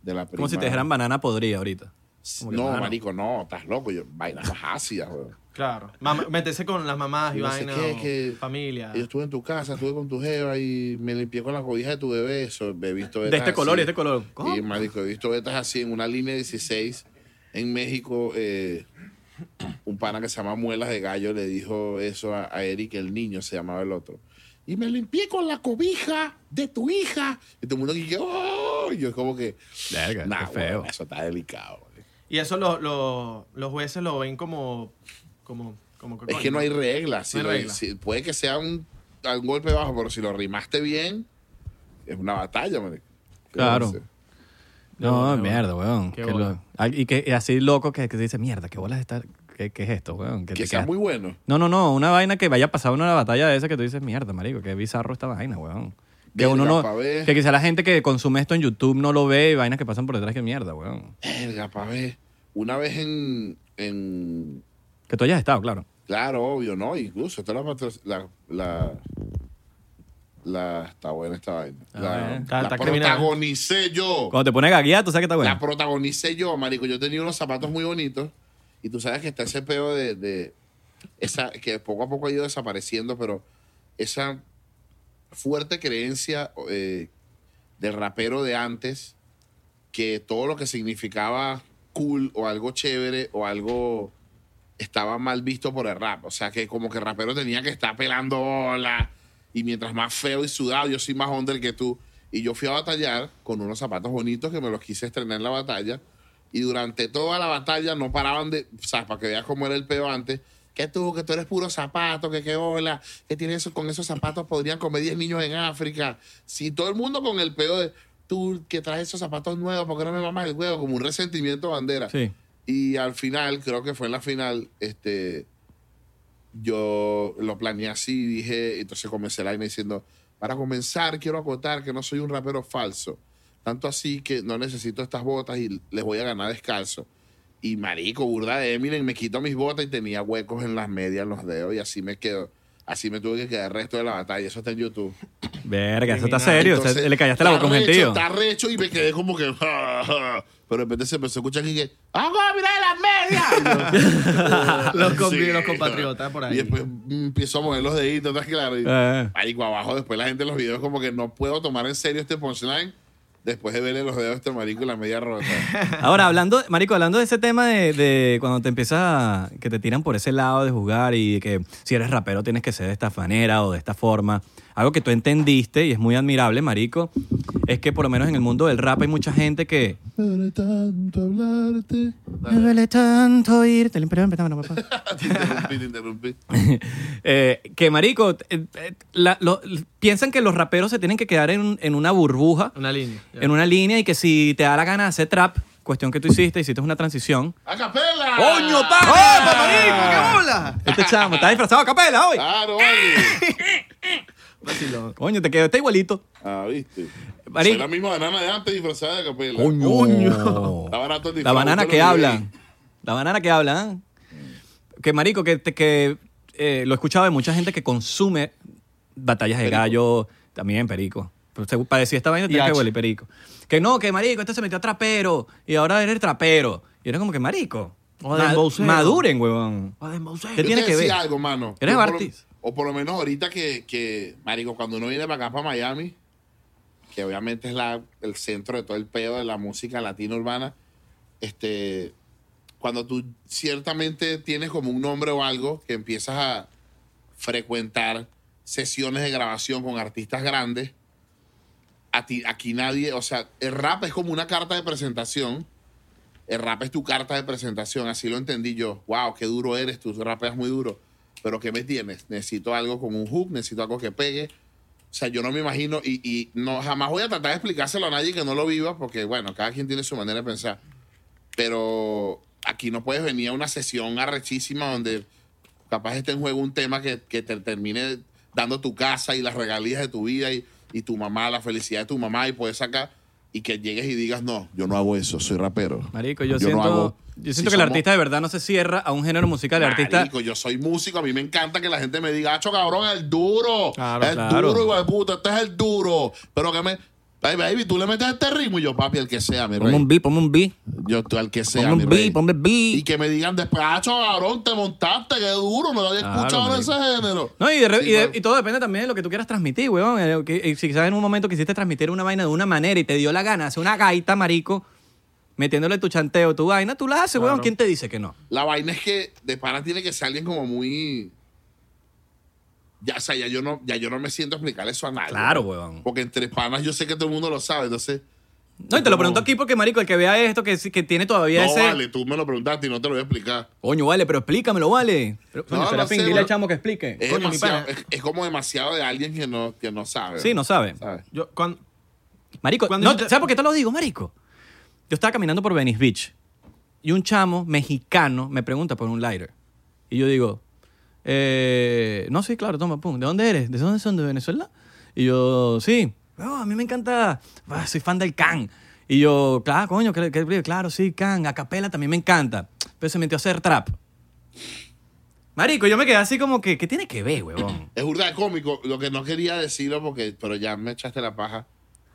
Speaker 1: de la prima.
Speaker 3: Como si te dijeran banana podrida ahorita. como que,
Speaker 1: No,
Speaker 3: mano.
Speaker 1: marico, no, estás loco. Yo, vainas más ácidas, weón.
Speaker 2: Claro. Mamá- meterse con las mamás y
Speaker 1: Yo no sé
Speaker 2: vaina.
Speaker 1: qué,
Speaker 2: o
Speaker 1: que
Speaker 2: familia.
Speaker 1: Yo estuve en tu casa, estuve con tu jeva y me limpié con la cobija de tu bebé. Eso, he visto
Speaker 3: De
Speaker 1: vetas
Speaker 3: este
Speaker 1: así.
Speaker 3: color y este color. ¿Cómo?
Speaker 1: Sí, marico, he visto vetas así en una línea 16 en México. eh, un pana que se llama Muelas de Gallo le dijo eso a, a Eric, el niño se llamaba el otro. Y me limpié con la cobija de tu hija. Y todo el mundo que ¡oh! Y yo como que,
Speaker 3: Verga,
Speaker 1: nah,
Speaker 3: qué feo.
Speaker 1: weón, eso está delicado. weón.
Speaker 2: Y eso lo, lo- los jueces lo ven como. como, como
Speaker 1: Es que no hay reglas. Si
Speaker 2: No hay
Speaker 1: lo-
Speaker 2: regla.
Speaker 1: si- puede que sea un, un golpe bajo, pero si lo rimaste bien, es una batalla, marico.
Speaker 3: Claro.
Speaker 1: Entonces,
Speaker 3: No,
Speaker 2: Qué
Speaker 3: mierda, weón.
Speaker 2: Qué
Speaker 3: Que
Speaker 2: bola.
Speaker 3: lo- ah, y que y así loco que, que dice, mierda, qué bolas está. ¿Qué, qué es esto, weón? te
Speaker 1: Que sea
Speaker 3: quedas-
Speaker 1: muy bueno.
Speaker 3: No, no, no. Una vaina que vaya a pasar una batalla de esa que tú dices, mierda, marico, qué bizarro esta vaina, weón. Que
Speaker 1: Verga,
Speaker 3: uno no.
Speaker 1: pa' ver.
Speaker 3: Que quizá la gente que consume esto en YouTube no lo ve y vainas que pasan por detrás, que mierda, weón.
Speaker 1: Verga, pa' ver. Una vez en, en-
Speaker 3: Que tú hayas estado, claro.
Speaker 1: Claro, obvio, ¿no? Incluso esta es la patro- la, la, la- Está buena esta vaina.
Speaker 3: Ah,
Speaker 1: La,
Speaker 3: eh.
Speaker 2: Está-
Speaker 1: la
Speaker 2: está criminal.
Speaker 1: protagonicé yo.
Speaker 3: Cuando te pones gaguía, tú sabes que está bueno.
Speaker 1: La protagonicé yo, marico. Yo tenía unos zapatos muy bonitos. Y tú sabes que está ese peo de, de esa que poco a poco ha ido desapareciendo, pero esa fuerte creencia eh, del rapero de antes que todo lo que significaba cool o algo chévere o algo estaba mal visto por el rap. O sea, que como que el rapero tenía que estar pelando bola. Y mientras más feo y sudado, yo soy más under que tú. Y yo fui a batallar con unos zapatos bonitos que me los quise estrenar en la batalla. Y durante toda la batalla no paraban de. O sea, para que veas cómo era el peo antes. Que tú, que tú eres puro zapato, que qué bola, que tienes eso, con esos zapatos podrían comer 10 niños en África. Si todo el mundo con el peo de tú que traes esos zapatos nuevos, porque no me mamas el huevo? Como un resentimiento bandera.
Speaker 3: Sí.
Speaker 1: Y al final, creo que fue en la final, este, yo lo planeé así y dije, entonces comencé la vaina diciendo, para comenzar quiero acotar que no soy un rapero falso, tanto así que no necesito estas botas y les voy a ganar descalzo. Y marico, burda de Eminem, me quito mis botas y tenía huecos en las medias, en los dedos y así me quedo. Así me tuve que quedar el resto de la batalla. Eso está en YouTube.
Speaker 3: Verga, eso está
Speaker 2: Criminal.
Speaker 3: serio.
Speaker 1: Entonces,
Speaker 3: usted- le callaste la boca
Speaker 1: está
Speaker 3: con
Speaker 1: recho,
Speaker 3: gentío.
Speaker 1: Está recho y me quedé como que. "Ja, ja". Pero de repente se empezó a escuchar aquí que. ¡Vamos a mirar las medias!
Speaker 2: Los compi- los compatriotas por ahí.
Speaker 1: "Ah, Y después empiezo a mover los deditos, ¿estás claro? Y,
Speaker 3: Eh.
Speaker 1: ahí guau, abajo, después la gente en los videos como que no puedo tomar en serio este punchline después de verle los dedos a este marico y la media rota.
Speaker 3: Ahora, hablando, Marico, hablando de ese tema de, de cuando te empiezas a- que te tiran por ese lado de jugar y de que si eres rapero tienes que ser de esta manera o de esta forma. Algo que tú entendiste y es muy admirable, Marico, es que por lo menos en el mundo del rap hay mucha gente que.
Speaker 1: Me duele tanto hablarte.
Speaker 3: Me duele tanto irte. El imperio empezaba, no, papá.
Speaker 1: te interrumpí, te interrumpí.
Speaker 3: Eh, que marico, eh, eh, la- lo- piensan que los raperos se tienen que quedar en, en una burbuja,
Speaker 2: Una línea. ya.
Speaker 3: en una línea y que si te da la gana de hacer trap, cuestión que tú hiciste, hiciste una transición.
Speaker 1: ¡A capela!
Speaker 3: ¡Coño, pana!
Speaker 2: ¡Opa, marico! ¡Qué bola!
Speaker 3: Este chamo está disfrazado a capela hoy.
Speaker 1: ¡Claro, vale!
Speaker 2: Vacilón.
Speaker 3: Coño, te quedó, está igualito.
Speaker 1: Ah, ¿viste?
Speaker 3: Marico.
Speaker 1: Es la misma banana de antes disfrazada de capela.
Speaker 3: Coño.
Speaker 1: Está barato el
Speaker 3: La
Speaker 1: disfraz,
Speaker 3: banana
Speaker 1: búscalo
Speaker 3: que
Speaker 1: en
Speaker 3: habla.
Speaker 1: eBay.
Speaker 3: La banana que habla. ¿eh? Que marico, que, te- que eh, lo he escuchado de mucha gente que consume batallas de
Speaker 1: Perico.
Speaker 3: gallo, también perico. Pero usted, para decir esta vaina tiene que
Speaker 5: H.
Speaker 3: huele perico. Que no, que marico, este se metió a trapero y ahora eres trapero. Y era como que marico.
Speaker 2: O dembocero.
Speaker 3: maduren, huevón.
Speaker 2: O
Speaker 3: ¿Qué
Speaker 1: Yo
Speaker 3: tiene
Speaker 1: te
Speaker 3: que
Speaker 1: decía
Speaker 3: ver?
Speaker 1: algo, mano.
Speaker 3: Eres
Speaker 1: Yo por lo-
Speaker 3: Bartis.
Speaker 1: O por lo menos ahorita que, que, marico, cuando uno viene para acá, para Miami, que obviamente es la, el centro de todo el pedo de la música latina urbana, este, cuando tú ciertamente tienes como un nombre o algo que empiezas a frecuentar sesiones de grabación con artistas grandes, a ti- aquí nadie, o sea, el rap es como una carta de presentación. El rap es tu carta de presentación, así lo entendí yo. Wow, qué duro eres, tú rapeas muy duro. Pero ¿qué me tienes? Necesito algo con un hook, necesito algo que pegue. O sea, yo no me imagino y, y no, jamás voy a tratar de explicárselo a nadie que no lo viva, porque bueno, cada quien tiene su manera de pensar. Pero aquí no puedes venir a una sesión arrechísima donde capaz esté en juego un tema que, que te termine dando tu casa y las regalías de tu vida y, y tu mamá, la felicidad de tu mamá y puedes sacar y que llegues y digas, no, yo no hago eso, soy rapero.
Speaker 3: Marico, yo,
Speaker 1: no
Speaker 3: siento,
Speaker 1: hago-
Speaker 3: yo siento
Speaker 1: Si
Speaker 3: que el
Speaker 1: somos-
Speaker 3: artista de verdad no se cierra a un género musical. El artista
Speaker 1: Marico, yo soy músico, a mí me encanta que la gente me diga, ¡Acho, cabrón, el duro!
Speaker 3: Claro,
Speaker 1: el
Speaker 3: claro.
Speaker 1: duro, hijo de puta, este es el duro. Pero que me... Baby, baby, tú le metes este ritmo y yo, papi, el que sea, mi
Speaker 3: Ponme
Speaker 1: rey.
Speaker 3: un beat, ponme un beat.
Speaker 1: Yo, tú, al que sea,
Speaker 3: Ponme
Speaker 1: mi
Speaker 3: un
Speaker 1: rey.
Speaker 3: beat, ponme el beat.
Speaker 1: Y que me digan después, ¡Acho, cabrón, te montaste, qué duro! No lo había
Speaker 3: Claro,
Speaker 1: escuchado en
Speaker 3: marico.
Speaker 1: ese género.
Speaker 3: No, y, de re-
Speaker 1: Sí,
Speaker 3: y de-
Speaker 1: claro.
Speaker 3: y todo depende también de lo que tú quieras transmitir, weón. Eh, que- y Si quizás en un momento quisiste transmitir una vaina de una manera y te dio la gana, hacer una gaita, marico, metiéndole tu chanteo, tu vaina, tú la haces, weón. ¿Quién te dice que no?
Speaker 1: La vaina es que de pana tiene que ser alguien como muy... Ya, o sea, ya yo no, ya yo no me siento a explicar eso a nadie.
Speaker 3: Claro, weón.
Speaker 1: Porque entre panas yo sé que todo el mundo lo sabe, entonces...
Speaker 3: No, y te lo pregunto aquí porque, marico, el que vea esto, que, sí- que tiene todavía
Speaker 1: No,
Speaker 3: ese...
Speaker 1: vale, tú me lo preguntaste y no te lo voy a explicar.
Speaker 3: Coño, vale, pero explícamelo, vale. Pero, coño,
Speaker 1: No,
Speaker 3: será
Speaker 1: no
Speaker 3: fin,
Speaker 1: sé,
Speaker 3: dile
Speaker 1: weón.
Speaker 3: al chamo que explique.
Speaker 1: Es,
Speaker 2: Coño, mi
Speaker 1: demasiado-
Speaker 2: pana.
Speaker 1: es- es como demasiado de alguien que no, que no sabe.
Speaker 3: Sí, no sabe.
Speaker 1: ¿Sabe?
Speaker 2: Yo, cuando,
Speaker 3: Marico,
Speaker 2: Cuando
Speaker 3: no,
Speaker 2: yo te-
Speaker 3: ¿sabes por qué te lo digo, marico? Yo estaba caminando por Venice Beach y un chamo mexicano me pregunta por un lighter. Y yo digo, eh, no, sí, claro, toma, pum. ¿De dónde eres? ¿De dónde son? ¿De Venezuela? Y yo, sí. "No, a mí me encanta, ah, soy fan del can. Y yo, claro, coño, que- que- claro, sí, can. A capela también me encanta. Pero se metió a hacer trap. Marico, yo me quedé así como que, ¿qué tiene que ver, huevón?
Speaker 1: Es burda de cómico. Lo que no quería decirlo, porque, pero ya me echaste la paja,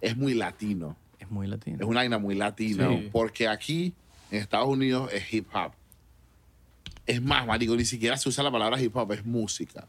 Speaker 1: es muy latino.
Speaker 3: Es muy latino.
Speaker 1: Es una vaina muy latina.
Speaker 2: Sí.
Speaker 1: Porque aquí, en Estados Unidos, es hip hop. Es más, marico, ni siquiera se usa la palabra hip hop, es música.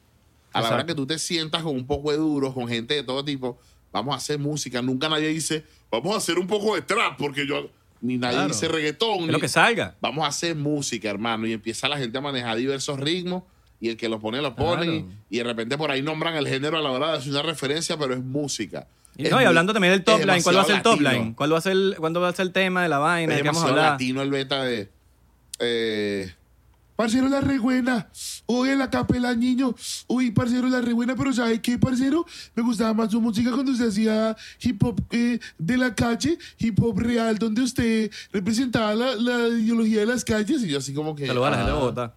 Speaker 1: A la hora que tú te sientas con un poco de duros, con gente de todo tipo, vamos a hacer música. Nunca nadie dice, vamos a hacer un poco de trap, porque yo... Ni nadie
Speaker 3: Claro.
Speaker 1: dice reggaetón.
Speaker 3: Es
Speaker 1: ni-
Speaker 3: lo que salga.
Speaker 1: vamos a hacer música, hermano. Y empieza la gente a manejar diversos ritmos y el que lo pone, lo pone.
Speaker 3: Claro.
Speaker 1: Y, y de repente por ahí nombran el género a la hora de hacer una referencia, pero es música.
Speaker 3: Y,
Speaker 1: Es
Speaker 3: no, y
Speaker 1: muy-
Speaker 3: hablando también del top
Speaker 1: es
Speaker 3: line, ¿cuál va a ser el
Speaker 1: demasiado
Speaker 3: top
Speaker 1: latino.
Speaker 3: line? ¿Cuál va a ser el, ¿Cuándo va a ser el tema de la vaina?
Speaker 1: Es
Speaker 3: ¿De qué vamos a
Speaker 1: demasiado
Speaker 3: hablar?
Speaker 1: latino el beta de... Eh, Parcero la rebuena, oye la capela niño, uy parcero la rebuena, pero ¿sabes qué parcero? Me gustaba más su música cuando usted hacía hip hop eh, de la calle, hip hop real, donde usted representaba la, la ideología de las calles y yo así como que...
Speaker 3: Saludos a la gente de
Speaker 1: ah.
Speaker 3: Bogotá.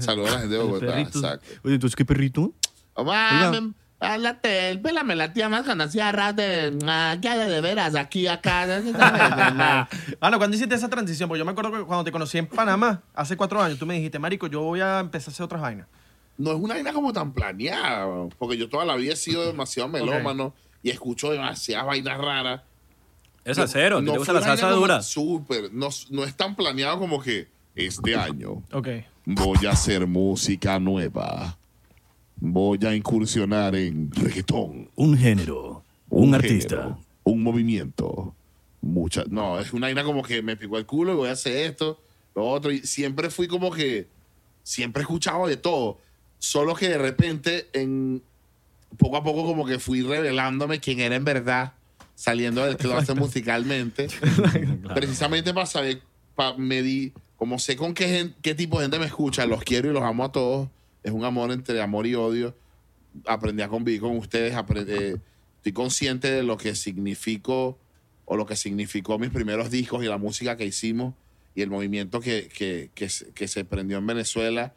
Speaker 1: Saludos a la gente de Bogotá, exacto.
Speaker 3: Oye, ¿tú es que perrito?
Speaker 1: Mamá, háblate, pélame la tía más conocida, ras de, ah, ya de de veras, aquí, acá. ya, ya, ya, ya.
Speaker 2: ah, no, cuando hiciste esa pues transición, porque yo me acuerdo que cuando te conocí en Panamá, hace cuatro años, tú me dijiste, Marico, yo voy a empezar a hacer otras vainas.
Speaker 1: no es una vaina como tan planeada, weón, porque yo toda la vida he sido demasiado melómano y escucho demasiadas vainas raras.
Speaker 3: Es salsero, ¿te,
Speaker 1: No
Speaker 3: te gusta
Speaker 1: fue
Speaker 3: la
Speaker 1: una
Speaker 3: salsa
Speaker 1: vaina como
Speaker 3: dura?
Speaker 1: Súper, no, no es tan planeado como que este año
Speaker 2: Ok.
Speaker 1: voy a hacer música nueva. Voy a incursionar en reggaetón.
Speaker 3: Un género,
Speaker 1: género, un movimiento. Mucha, no, es una vaina como que me picó el culo y voy a hacer esto, lo otro. Y siempre fui como que. Siempre escuchaba de todo. Solo que de repente, en, poco a poco, como que fui revelándome quién era en verdad, saliendo del closet musicalmente. Precisamente para saber, para medir, como sé con qué, gen- qué tipo de gente me escucha, los quiero y los amo a todos. Es un amor entre amor y odio aprendí a convivir con ustedes, apre- eh, estoy consciente de lo que significó o lo que significó mis primeros discos y la música que hicimos y el movimiento que, que, que se- que se prendió en Venezuela.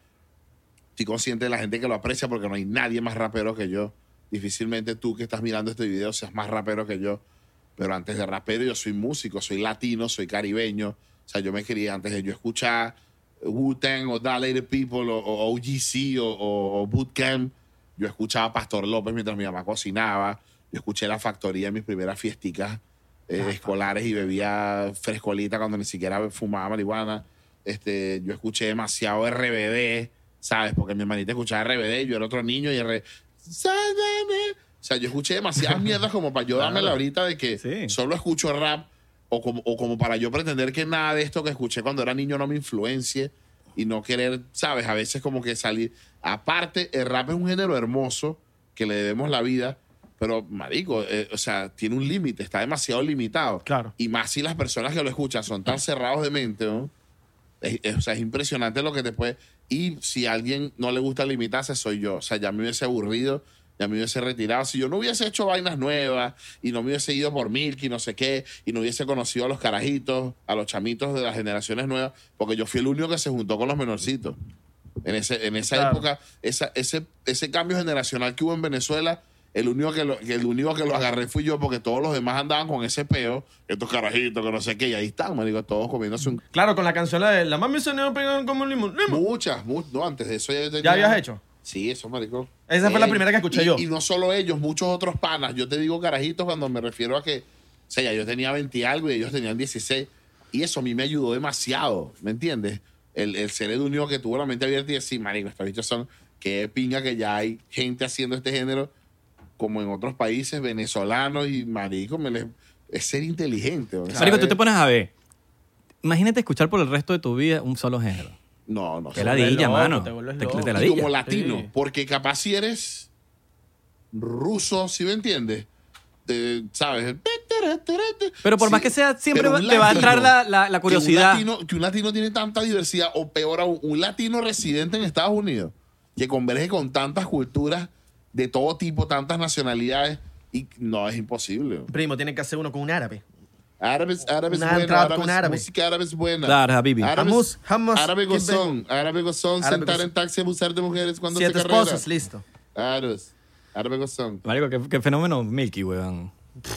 Speaker 1: Estoy consciente de la gente que lo aprecia porque no hay nadie más rapero que yo. Difícilmente tú que estás mirando este video seas más rapero que yo. Pero antes de rapero yo soy músico, soy latino, soy caribeño. O sea, yo me quería antes de yo escuchar Wu-Tang o Dalai People o, o OGC o, o- o Bootcamp. Yo escuchaba a Pastor López mientras mi mamá cocinaba. Yo escuché La Factoría en mis primeras fiesticas eh, escolares y bebía frescolita cuando ni siquiera fumaba marihuana. Este, yo escuché demasiado RBD, ¿sabes? Porque mi hermanita escuchaba RBD, yo era otro niño y R... Sálvame. O sea, yo escuché demasiadas mierdas como para yo darme la ahorita de que
Speaker 3: Sí.
Speaker 1: solo escucho rap o como, o como para yo pretender que nada de esto que escuché cuando era niño no me influencie y no querer, ¿sabes? A veces como que salir. Aparte, el rap es un género hermoso que le debemos la vida, pero marico, eh, o sea, tiene un límite, está demasiado limitado.
Speaker 2: Claro.
Speaker 1: Y más si las personas que lo escuchan son tan cerrados de mente, ¿no? Es, es- o sea, es impresionante lo que te puede. Y si a alguien no le gusta limitarse, soy yo. O sea, ya me hubiese aburrido, ya me hubiese retirado. Si yo no hubiese hecho vainas nuevas y no me hubiese ido por Milky, no sé qué, y no hubiese conocido a los carajitos, a los chamitos de las generaciones nuevas, porque yo fui el único que se juntó con los menorcitos. En, ese, en esa
Speaker 2: Claro.
Speaker 1: época, esa- ese, ese cambio generacional que hubo en Venezuela, el único que, lo, que el único que lo agarré fui yo, porque todos los demás andaban con ese peo, estos carajitos, que no sé qué, y ahí están, digo todos comiéndose un
Speaker 2: Claro, con la canción la de La mami se nos pegó como un limón. ¡Limón!
Speaker 1: Muchas, mu- no, antes de eso ya yo tenía-
Speaker 2: ¿Ya habías hecho?
Speaker 1: Sí, eso, marico. Eh,
Speaker 2: Esa fue la primera que escuché
Speaker 1: y-
Speaker 2: yo.
Speaker 1: Y no solo ellos, muchos otros panas. Yo te digo carajitos cuando me refiero a que, o sea, ya yo tenía 20 y algo y ellos tenían 16. Y eso a mí me ayudó demasiado, ¿me entiendes? El, el ser el único que tuvo la mente abierta y decir, marico, estos bichos son, qué pinga que ya hay gente haciendo este género como en otros países, venezolanos y marico, me les- es ser inteligente. ¿sabes?
Speaker 3: Marico, tú te pones a ver. Imagínate escuchar por el resto de tu vida un solo género.
Speaker 1: No, no.
Speaker 3: Te
Speaker 1: sé.
Speaker 3: ladilla,
Speaker 2: loco,
Speaker 3: mano.
Speaker 2: te vuelves
Speaker 3: Te-
Speaker 2: loco.
Speaker 3: te
Speaker 1: Oh,
Speaker 2: Y
Speaker 1: Y
Speaker 3: ladilla.
Speaker 1: como latino,
Speaker 2: Sí.
Speaker 1: porque capaz si eres ruso, si me entiendes, Te- sabes.
Speaker 3: Pero por más que sea, siempre va- te va a entrar la- la- la curiosidad.
Speaker 1: Que un, latino, que un latino tiene tanta diversidad, o peor aún, un latino residente en Estados Unidos, que converge con tantas culturas de todo tipo, tantas nacionalidades, y no es imposible.
Speaker 2: Primo, tiene que hacer uno con un árabe.
Speaker 1: Árabe es, árabe es
Speaker 2: Una
Speaker 1: bueno,
Speaker 2: trap
Speaker 1: árabe
Speaker 2: con
Speaker 1: es-
Speaker 2: árabe.
Speaker 1: música árabe es buena.
Speaker 3: Claro, Habibi.
Speaker 1: Árabe es-
Speaker 2: Hamus, hamus,
Speaker 1: árabe
Speaker 2: ¿quién ve?
Speaker 1: gozón, árabe gozón,
Speaker 2: Árabe
Speaker 1: sentar
Speaker 2: gozón.
Speaker 1: en taxi, abusar de mujeres cuando
Speaker 2: Siete
Speaker 1: se carrera.
Speaker 2: esposas, listo.
Speaker 1: Claro, árabe gozón.
Speaker 3: Marico, qué, qué fenómeno Milky, weón.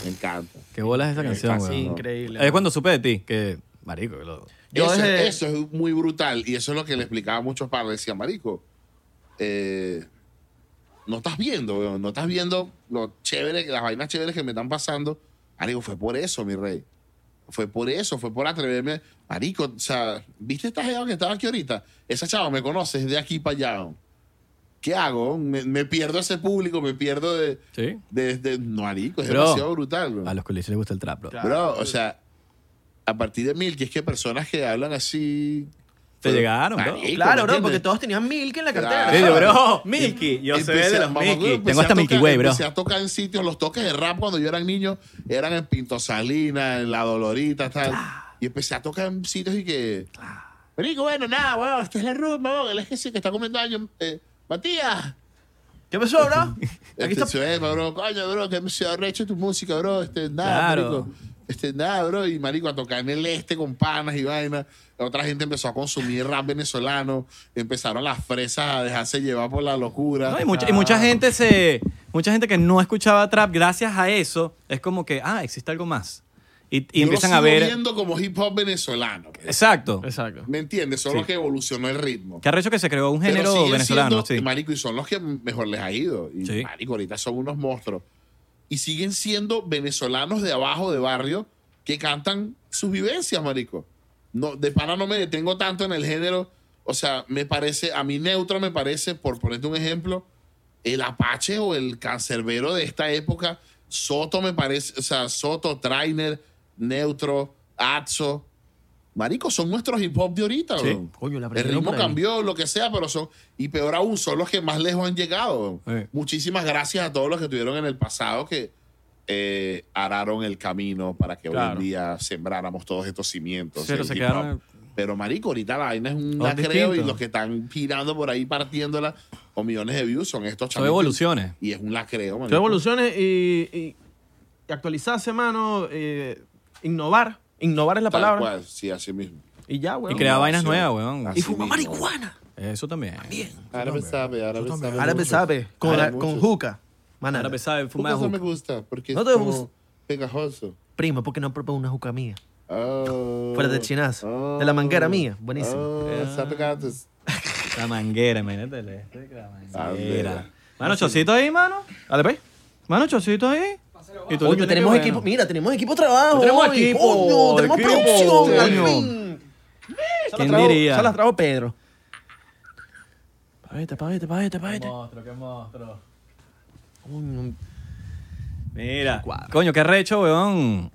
Speaker 1: Me encanta.
Speaker 3: Qué bola es esa canción,
Speaker 1: fácil,
Speaker 3: weón.
Speaker 2: increíble.
Speaker 3: Es cuando supe de ti, que, marico, que lo-
Speaker 2: Yo
Speaker 1: eso,
Speaker 2: desde-
Speaker 1: eso es muy brutal y eso es lo que le explicaba a muchos padres. Decía, marico, eh, no estás viendo, weón, no estás viendo lo chévere, que- las vainas chéveres que me están pasando. Marico, fue por eso, mi rey. Fue por eso, fue por atreverme. Marico, o sea, ¿viste esta jeva que estaba aquí ahorita? Esa chava me conoce es de aquí para allá. weón. ¿Qué hago? Me, me pierdo ese público, me pierdo de...
Speaker 3: Sí.
Speaker 1: de, de- no, marico, es
Speaker 3: Bro,
Speaker 1: demasiado brutal. weón.
Speaker 3: A los colegios les gusta el trap, bro.
Speaker 2: Claro.
Speaker 1: Bro, o sea, a partir de mil, que es que personas que hablan así.
Speaker 3: Te llegaron, bro.
Speaker 1: Marico, ¿me
Speaker 2: Claro, bro,
Speaker 1: entiendes?
Speaker 2: porque todos tenían milk en la cartera.
Speaker 1: Claro. Sí,
Speaker 3: Digo,
Speaker 1: bro.
Speaker 3: Milky.
Speaker 1: Empecé a- mamá, güey, empecé
Speaker 3: Tengo hasta
Speaker 1: a
Speaker 3: Milky
Speaker 1: tocar-
Speaker 3: Way, bro.
Speaker 1: Empecé a tocar en sitios, los toques de rap cuando yo era niño eran en Pintosalina, en La Dolorita, tal. Y empecé a tocar en sitios y que. Marico, bueno, nada, weón, esta es la rumba, weón, el ejército que está comiendo años. Eh, Matías.
Speaker 2: ¿Qué pasó, bro? Aquí
Speaker 1: Este,
Speaker 2: está.
Speaker 1: se ve, bro, coño, bro, que me se ha hecho tu música, bro. Este, nada,
Speaker 3: Claro.
Speaker 1: marico. Este, nada, bro. Y marico, a tocar en el este con panas y vaina. La otra gente empezó a consumir rap venezolano. Empezaron las fresas a dejarse llevar por la locura.
Speaker 3: No, y, mucha, y mucha gente se mucha gente que no escuchaba trap gracias a eso es como que ah existe algo más Y, y
Speaker 1: Yo lo
Speaker 3: empiezan a
Speaker 1: sigo
Speaker 3: ver.
Speaker 1: viendo como hip hop venezolano. pues.
Speaker 3: Exacto.
Speaker 2: Exacto.
Speaker 1: ¿Me entiendes? Son los que evolucionó el ritmo.
Speaker 3: Qué arrecho que se creó un
Speaker 1: Pero
Speaker 3: género
Speaker 1: siguen
Speaker 3: venezolano.
Speaker 1: siendo,
Speaker 3: sí.
Speaker 1: Marico, y son los que mejor les ha ido. Y
Speaker 3: Sí.
Speaker 1: marico, ahorita son unos monstruos. Y siguen siendo venezolanos de abajo, de barrio, que cantan sus vivencias, marico. No, de pana no me detengo tanto en el género. O sea, me parece, a mí neutro me parece, por ponerte un ejemplo, el Apache o el cancerbero de esta época. Soto me parece, o sea, Soto, Trainer, Neutro, Atzo. Marico, son nuestros hip hop de ahorita,
Speaker 3: Sí.
Speaker 1: weón.
Speaker 2: Coño,
Speaker 1: El
Speaker 2: la aprendieron
Speaker 1: ritmo
Speaker 2: por ahí.
Speaker 1: cambió, lo que sea, pero son. Y peor aún, son los que más lejos han llegado.
Speaker 3: Sí.
Speaker 1: Muchísimas gracias a todos los que estuvieron en el pasado que eh, araron el camino para que hoy
Speaker 3: Claro.
Speaker 1: en día sembráramos todos estos cimientos.
Speaker 3: Pero
Speaker 1: del
Speaker 3: se
Speaker 1: hip
Speaker 3: quedaron-
Speaker 1: hop. Pero, marico, ahorita la vaina es un
Speaker 3: Son
Speaker 1: lacreo y
Speaker 3: distintos.
Speaker 1: los que están girando por ahí partiéndola con millones de views son estos
Speaker 3: Son
Speaker 1: chamitos.
Speaker 3: evoluciones.
Speaker 1: Y es un lacreo,
Speaker 2: Son
Speaker 1: marico.
Speaker 2: evoluciones y, y- y actualizarse, mano. eh, innovar. Innovar es la
Speaker 1: Tal
Speaker 2: palabra.
Speaker 1: cual, sí, así mismo.
Speaker 2: Y ya, weón.
Speaker 3: Y crear vainas
Speaker 1: sí.
Speaker 3: nuevas, weón.
Speaker 1: Así mismo.
Speaker 3: Eso también.
Speaker 1: Ahora me sabe, ahora me sabe.
Speaker 2: Ahora me
Speaker 1: mucho.
Speaker 2: sabe. Con,
Speaker 1: Ahora
Speaker 2: la-
Speaker 1: mucho.
Speaker 2: con juca. Mana.
Speaker 3: Ahora sabe fumar
Speaker 1: Porque eso me
Speaker 3: juca.
Speaker 1: gusta, porque
Speaker 2: No
Speaker 1: es
Speaker 2: te
Speaker 1: como
Speaker 2: gusta.
Speaker 1: pegajoso.
Speaker 2: Prima, ¿por qué no propongo una juca mía?
Speaker 1: Oh,
Speaker 2: Fuera del chinazo. De la manguera mía. Buenísimo.
Speaker 1: Oh, sabe gatos.
Speaker 3: La manguera, imagínate. le- La
Speaker 2: Ah,
Speaker 3: manguera.
Speaker 1: Manguera.
Speaker 3: Mano, chocito ahí, mano.
Speaker 2: Dale, pues.
Speaker 3: Mano, chocito ahí. Y tú le
Speaker 2: Coño,
Speaker 3: tienes
Speaker 2: tenemos
Speaker 3: que-
Speaker 2: equipo. Mira, tenemos equipo de trabajo.
Speaker 3: Tenemos
Speaker 2: hoy.
Speaker 3: equipo,
Speaker 2: Coño, tenemos
Speaker 3: equipo,
Speaker 2: producción. al
Speaker 3: coño.
Speaker 2: fin. Se la
Speaker 3: ¿Quién
Speaker 2: trajo-
Speaker 3: diría?
Speaker 2: Se las trajo Pedro. Pavete, pavete, pavete, pavete.
Speaker 3: monstruo, qué monstruo.
Speaker 2: Coño,
Speaker 3: Mira,
Speaker 2: Cuadra.
Speaker 3: coño, qué arrecho, weón.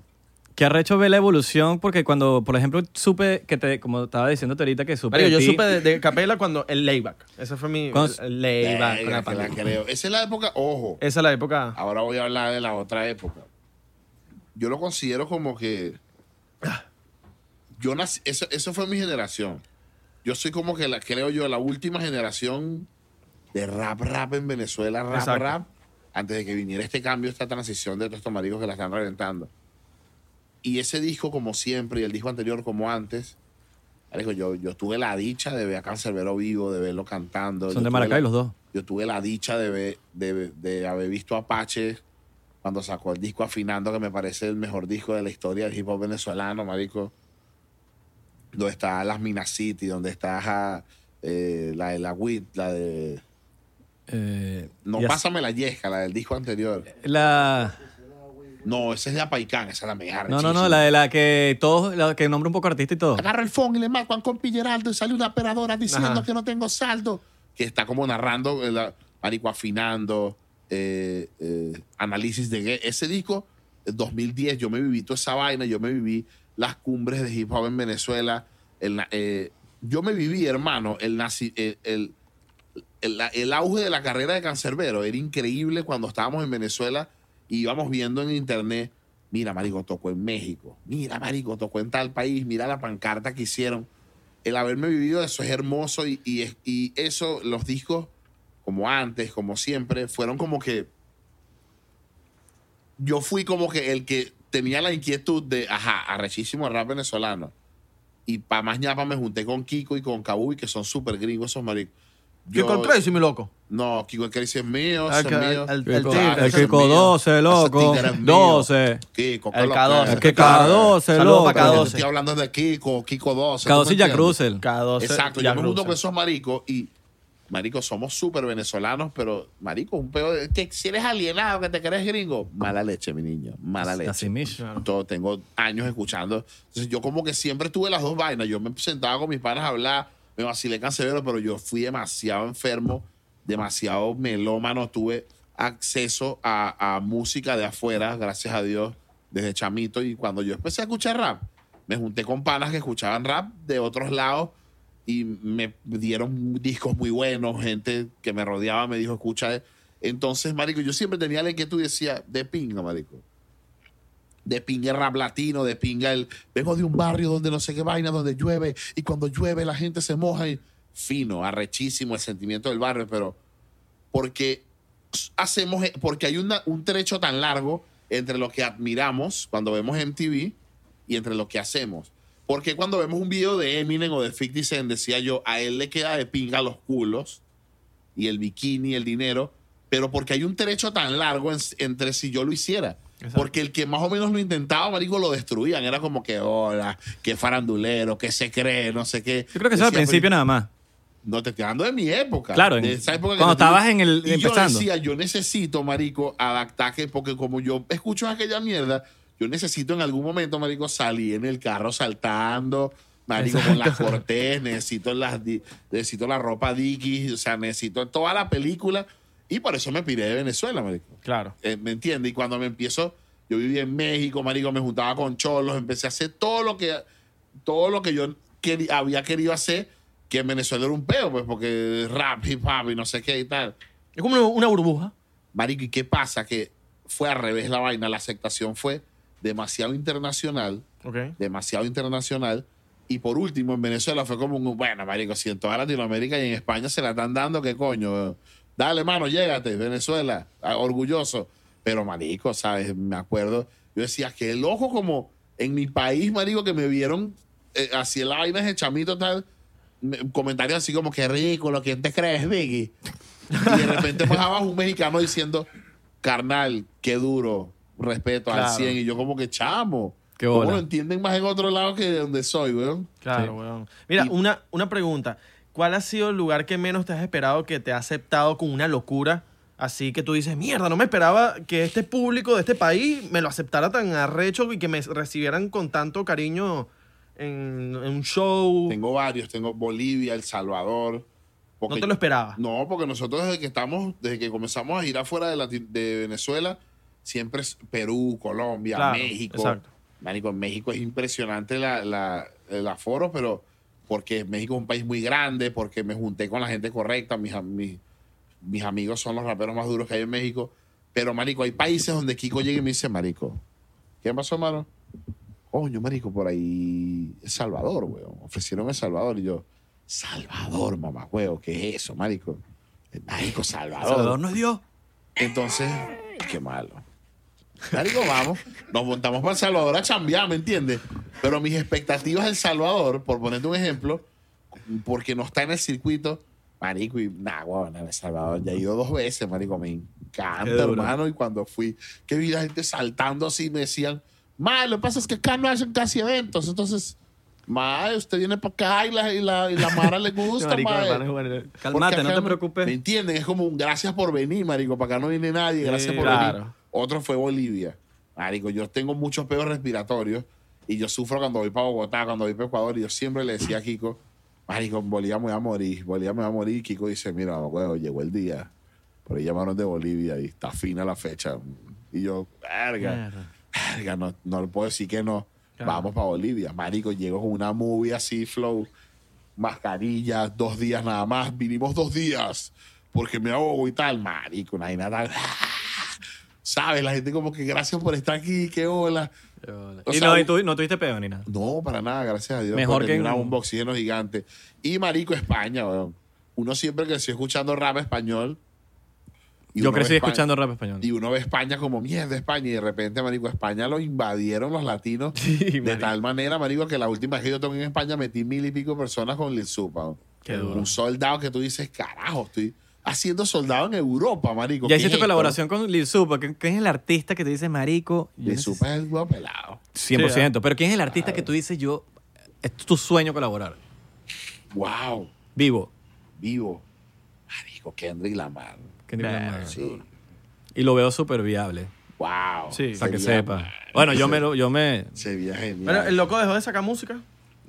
Speaker 3: Qué arrecho ve la evolución, porque cuando, por ejemplo, supe que te, como estaba diciéndote ahorita, que supe.
Speaker 2: Marico,
Speaker 3: de
Speaker 2: yo
Speaker 3: ti-
Speaker 2: supe de, de Capela cuando el layback. Ese fue mi
Speaker 3: Cuando-
Speaker 2: el layback. con la
Speaker 1: Verga, que la
Speaker 2: pandemia.
Speaker 1: creo. Esa es la época, ojo.
Speaker 2: Esa es la época.
Speaker 1: Ahora voy a hablar de la otra época. Yo lo considero como que. Yo nací, eso, eso fue mi generación. Yo soy como que la, creo yo, la última generación de rap, rap en Venezuela, rap,
Speaker 2: Exacto.
Speaker 1: rap, antes de que viniera este cambio, esta transición de todos estos maricos que la están reventando. Y ese disco, como siempre, y el disco anterior, como antes, marico, yo, yo tuve la dicha de ver a Cancerbero vivo, de verlo cantando. Yo
Speaker 3: Son de
Speaker 1: tuve
Speaker 3: Maracay
Speaker 1: la-
Speaker 3: los dos.
Speaker 1: yo tuve la dicha de, ver- de, de haber visto a Apache cuando sacó el disco Afinando, que me parece el mejor disco de la historia del hip hop venezolano, marico. Donde está Las Minas City, donde está ja, eh, la de la WIT, la de...
Speaker 3: Eh,
Speaker 1: No,
Speaker 3: y así-
Speaker 1: pásame la yesca, la del disco anterior.
Speaker 3: La.
Speaker 1: No, esa es de Apaicán, esa es la mejor.
Speaker 3: No, no, no, la de la que todos, la que nombra un poco artista y todo.
Speaker 1: Agarra el phone y le marcan con Pilleraldo y sale una operadora diciendo
Speaker 2: Ajá.
Speaker 1: que no tengo saldo. Que está como narrando, eh, la- marico, afinando, eh, eh, análisis de gue- ese disco. eh, el 2010, yo me viví toda esa vaina, yo me viví las cumbres de hip hop en Venezuela. el na- eh, yo me viví, hermano, el, naci- el, el- el- la- el auge de la carrera de Cancerbero. Era increíble cuando estábamos en Venezuela y íbamos viendo en internet, mira, marico, tocó en México, mira, marico, tocó en tal país, mira la pancarta que hicieron. El haberme vivido eso es hermoso y, y, es- y eso, los discos, como antes, como siempre, fueron como que... Yo fui como que el que tenía la inquietud de, ajá, arrechísimo el rap venezolano. Y pa' más ñapa me junté con Kiko y con Kabuy, que son súper gringos esos maricos.
Speaker 2: Yo
Speaker 1: Yo-
Speaker 2: encontré eso, mi loco.
Speaker 1: no, Kiko el que dice es mío,
Speaker 2: Ah,
Speaker 1: son
Speaker 2: que-
Speaker 1: míos.
Speaker 2: el- el
Speaker 1: Ese
Speaker 2: tigre,
Speaker 1: tigre
Speaker 2: el
Speaker 1: es
Speaker 3: Kiko
Speaker 1: mío.
Speaker 3: 12, loco.
Speaker 1: Ese tigre es mío.
Speaker 3: 12.
Speaker 1: Kiko,
Speaker 2: El
Speaker 1: Carlos
Speaker 2: K12.
Speaker 1: Pérez.
Speaker 3: El que K12,
Speaker 2: Saludos pa'
Speaker 3: loco.
Speaker 1: Porque te
Speaker 2: K12.
Speaker 1: Estoy hablando de Kiko, Kiko 12. ¿tú
Speaker 3: K12
Speaker 1: me
Speaker 3: y Jack
Speaker 1: entiendes?
Speaker 3: Russell.
Speaker 2: K12.
Speaker 1: Exacto,
Speaker 2: ya
Speaker 1: yo me junto
Speaker 2: cruza.
Speaker 1: con esos maricos y, marico, somos súper venezolanos, pero, marico, un pedo de que si eres alienado, que te crees gringo, mala leche, mi niño, mala leche.
Speaker 3: Así mismo.
Speaker 2: Claro.
Speaker 1: Todo, tengo años escuchando. Entonces, yo como que siempre tuve las dos vainas. Yo me sentaba con mis panas a hablar, me vacilé cancerbero, pero yo fui demasiado enfermo, demasiado melómano. Tuve acceso a, a música de afuera, gracias a Dios, desde chamito. Y cuando yo empecé a escuchar rap, me junté con panas que escuchaban rap de otros lados y me dieron discos muy buenos, gente que me rodeaba me dijo, escucha. eh". Entonces, marico, yo siempre tenía la inquietud y decía, de pinga, marico de pinga el rap latino, de pinga el vengo de un barrio donde no sé qué vaina, donde llueve y cuando llueve la gente se moja y fino, arrechísimo el sentimiento del barrio, pero porque hacemos porque hay una- un trecho tan largo entre lo que admiramos cuando vemos MTV y entre lo que hacemos. Porque cuando vemos un video de Eminem o de 50 Cent, decía yo, a él le queda de pinga los culos y el bikini, el dinero, pero porque hay un trecho tan largo en- entre si yo lo hiciera. Porque el que más o menos lo intentaba, marico, lo destruían. Era como que, hola, que farandulero, que se cree, no sé qué.
Speaker 3: Yo creo que eso al
Speaker 1: Decía,
Speaker 2: pues,
Speaker 3: principio nada más.
Speaker 1: No te estoy hablando de mi época.
Speaker 3: Claro,
Speaker 1: de
Speaker 3: en-
Speaker 1: esa época que
Speaker 3: cuando
Speaker 1: yo tenía-
Speaker 3: estabas en el-
Speaker 1: Y
Speaker 3: empezando.
Speaker 1: Yo decía, yo necesito, marico, adaptaje, porque como yo escucho aquella mierda, yo necesito en algún momento, marico, salir en el carro saltando, marico, con las cortes, necesito, las, di- necesito la ropa Dickies, o sea, necesito toda la película. Y por eso me piré de Venezuela, marico.
Speaker 2: Claro.
Speaker 1: Eh, ¿Me entiendes? Y cuando me empiezo, yo vivía en México, marico, me juntaba con cholos, empecé a hacer todo lo que, todo lo que yo queri- había querido hacer, que en Venezuela era un peo, pues, porque rap, hip hop y no sé qué y tal.
Speaker 2: Es como una, una burbuja.
Speaker 1: Marico, ¿y qué pasa? Que fue al revés la vaina, la aceptación fue demasiado internacional,
Speaker 2: Ok.
Speaker 1: demasiado internacional. Y por último, en Venezuela fue como un, bueno, marico, si en toda Latinoamérica y en España se la están dando, ¿qué coño? Dale, mano, llégate, Venezuela, ah, orgulloso. Pero, marico, ¿sabes? Me acuerdo, yo decía, que el ojo como en mi país, marico, que me vieron eh, así en la vaina de chamito tal, me- comentarios así como, qué ridículo, ¿quién te crees, Vicky? Y de repente más abajo un mexicano diciendo, carnal, qué duro, respeto
Speaker 2: Claro.
Speaker 1: al 100. Y yo como que, chamo,
Speaker 3: Qué
Speaker 1: ¿cómo
Speaker 3: bola.
Speaker 1: lo entienden más en otro lado que de donde soy, weón?
Speaker 2: Claro,
Speaker 3: Sí.
Speaker 2: weón. Mira,
Speaker 1: Y-
Speaker 2: una, una pregunta. ¿Cuál ha sido el lugar que menos te has esperado que te ha aceptado con una locura? Así que tú dices, mierda, no me esperaba que este público de este país me lo aceptara tan arrecho y que me recibieran con tanto cariño en, en un show.
Speaker 1: Tengo varios, tengo Bolivia, El Salvador.
Speaker 2: No te lo esperaba.
Speaker 1: No, porque nosotros desde que estamos, desde que comenzamos a girar fuera de, Lati- de Venezuela, siempre es Perú, Colombia,
Speaker 2: Claro,
Speaker 1: México.
Speaker 2: exacto.
Speaker 1: Marico, en México es impresionante la, la- el aforo, pero porque México es un país muy grande, porque me junté con la gente correcta, mis, am- mis, mis amigos son los raperos más duros que hay en México. Pero, marico, hay países donde Kiko llega y me dice, marico, ¿qué pasó, mano? Coño, marico, por ahí El Salvador, weón. Ofrecieron El Salvador y yo, Salvador, mamá, weón, ¿qué es eso, marico? Marico, Salvador.
Speaker 3: Salvador no es Dios.
Speaker 1: Entonces, qué malo. Marico, vamos, nos montamos para El Salvador a chambear, ¿me entiendes? Pero mis expectativas del Salvador, por ponerte un ejemplo, porque no está en el circuito, marico, y nada, weón, en El Salvador ya he ido dos veces, marico, me
Speaker 3: Qué
Speaker 1: encanta,
Speaker 3: duro.
Speaker 1: hermano, y cuando fui, que vi la gente saltando así, me decían, mal, lo que pasa es que acá no hacen casi eventos, entonces, mal, usted viene para acá y la, y la, y la Mara le gusta,
Speaker 2: Marico,
Speaker 1: mae".
Speaker 2: hermano, bueno.
Speaker 3: Calmate,
Speaker 1: Porque
Speaker 3: no
Speaker 1: acá
Speaker 3: te
Speaker 1: ¿Me
Speaker 3: preocupes.
Speaker 1: entienden? Es como un gracias por venir, marico. Para acá no viene nadie, gracias
Speaker 2: Sí,
Speaker 1: por
Speaker 2: claro.
Speaker 1: venir. Otro fue Bolivia. Marico, yo tengo muchos peos respiratorios y yo sufro cuando voy para Bogotá, cuando voy para Ecuador. Y yo siempre le decía a Kiko, marico, en Bolivia me voy a morir, Bolivia me va a morir. Y Kiko dice, mira, huevo, llegó el día. Pero llamaron de Bolivia y está fina la fecha. Y yo, verga, verga, no, no le puedo decir que no.
Speaker 2: Claro.
Speaker 1: Vamos para Bolivia. Marico, llego con una movie así, flow mascarilla, dos días nada más, vinimos dos días, porque me ahogo y tal, marico, una vaina tan- ¡ah! ¿Sabes? La gente como que gracias por estar aquí, qué hola. O
Speaker 3: Y
Speaker 1: sea,
Speaker 3: no, y tú- no tuviste pedo ni nada.
Speaker 1: no, para nada, gracias a Dios.
Speaker 3: Mejor
Speaker 1: porque
Speaker 3: que
Speaker 1: tenía una
Speaker 3: en-
Speaker 1: bomba de oxígeno gigante. Y marico, España, weón. Uno siempre que estoy escuchando rap español... y
Speaker 3: Yo
Speaker 1: uno ve
Speaker 3: crecí
Speaker 1: España-
Speaker 3: escuchando rap español.
Speaker 1: y uno ve España como mierda España y de repente, marico, España lo invadieron los latinos de
Speaker 2: marico.
Speaker 1: tal manera, marico, que la última vez que yo toqué en España metí mil y pico personas con Lil Supa. ¿no?
Speaker 2: Qué duro.
Speaker 1: Un soldado que tú dices, carajo, estoy haciendo soldado en Europa, marico.
Speaker 3: Ya
Speaker 1: ¿qué
Speaker 3: hiciste
Speaker 1: es esto?"
Speaker 3: colaboración con Lil Supa. ¿Quién quién es el artista que te dice marico? yo
Speaker 1: Lil
Speaker 3: neces-
Speaker 1: Supa Ah, es el huevo pelado.
Speaker 3: 100%. Pero ¿quién es el artista que tú dices yo, es tu sueño colaborar?
Speaker 1: Wow,
Speaker 3: Vivo.
Speaker 1: vivo. Marico, Kendrick Lamar.
Speaker 3: Que nivel
Speaker 2: Verga,
Speaker 3: más.
Speaker 1: Sí.
Speaker 3: Y lo veo súper viable.
Speaker 1: Wow.
Speaker 2: Sí.
Speaker 3: Para que
Speaker 1: Sería-
Speaker 3: sepa. Bueno, yo me, lo- yo me...
Speaker 1: Sería genial.
Speaker 2: Bueno, el loco dejó de sacar música.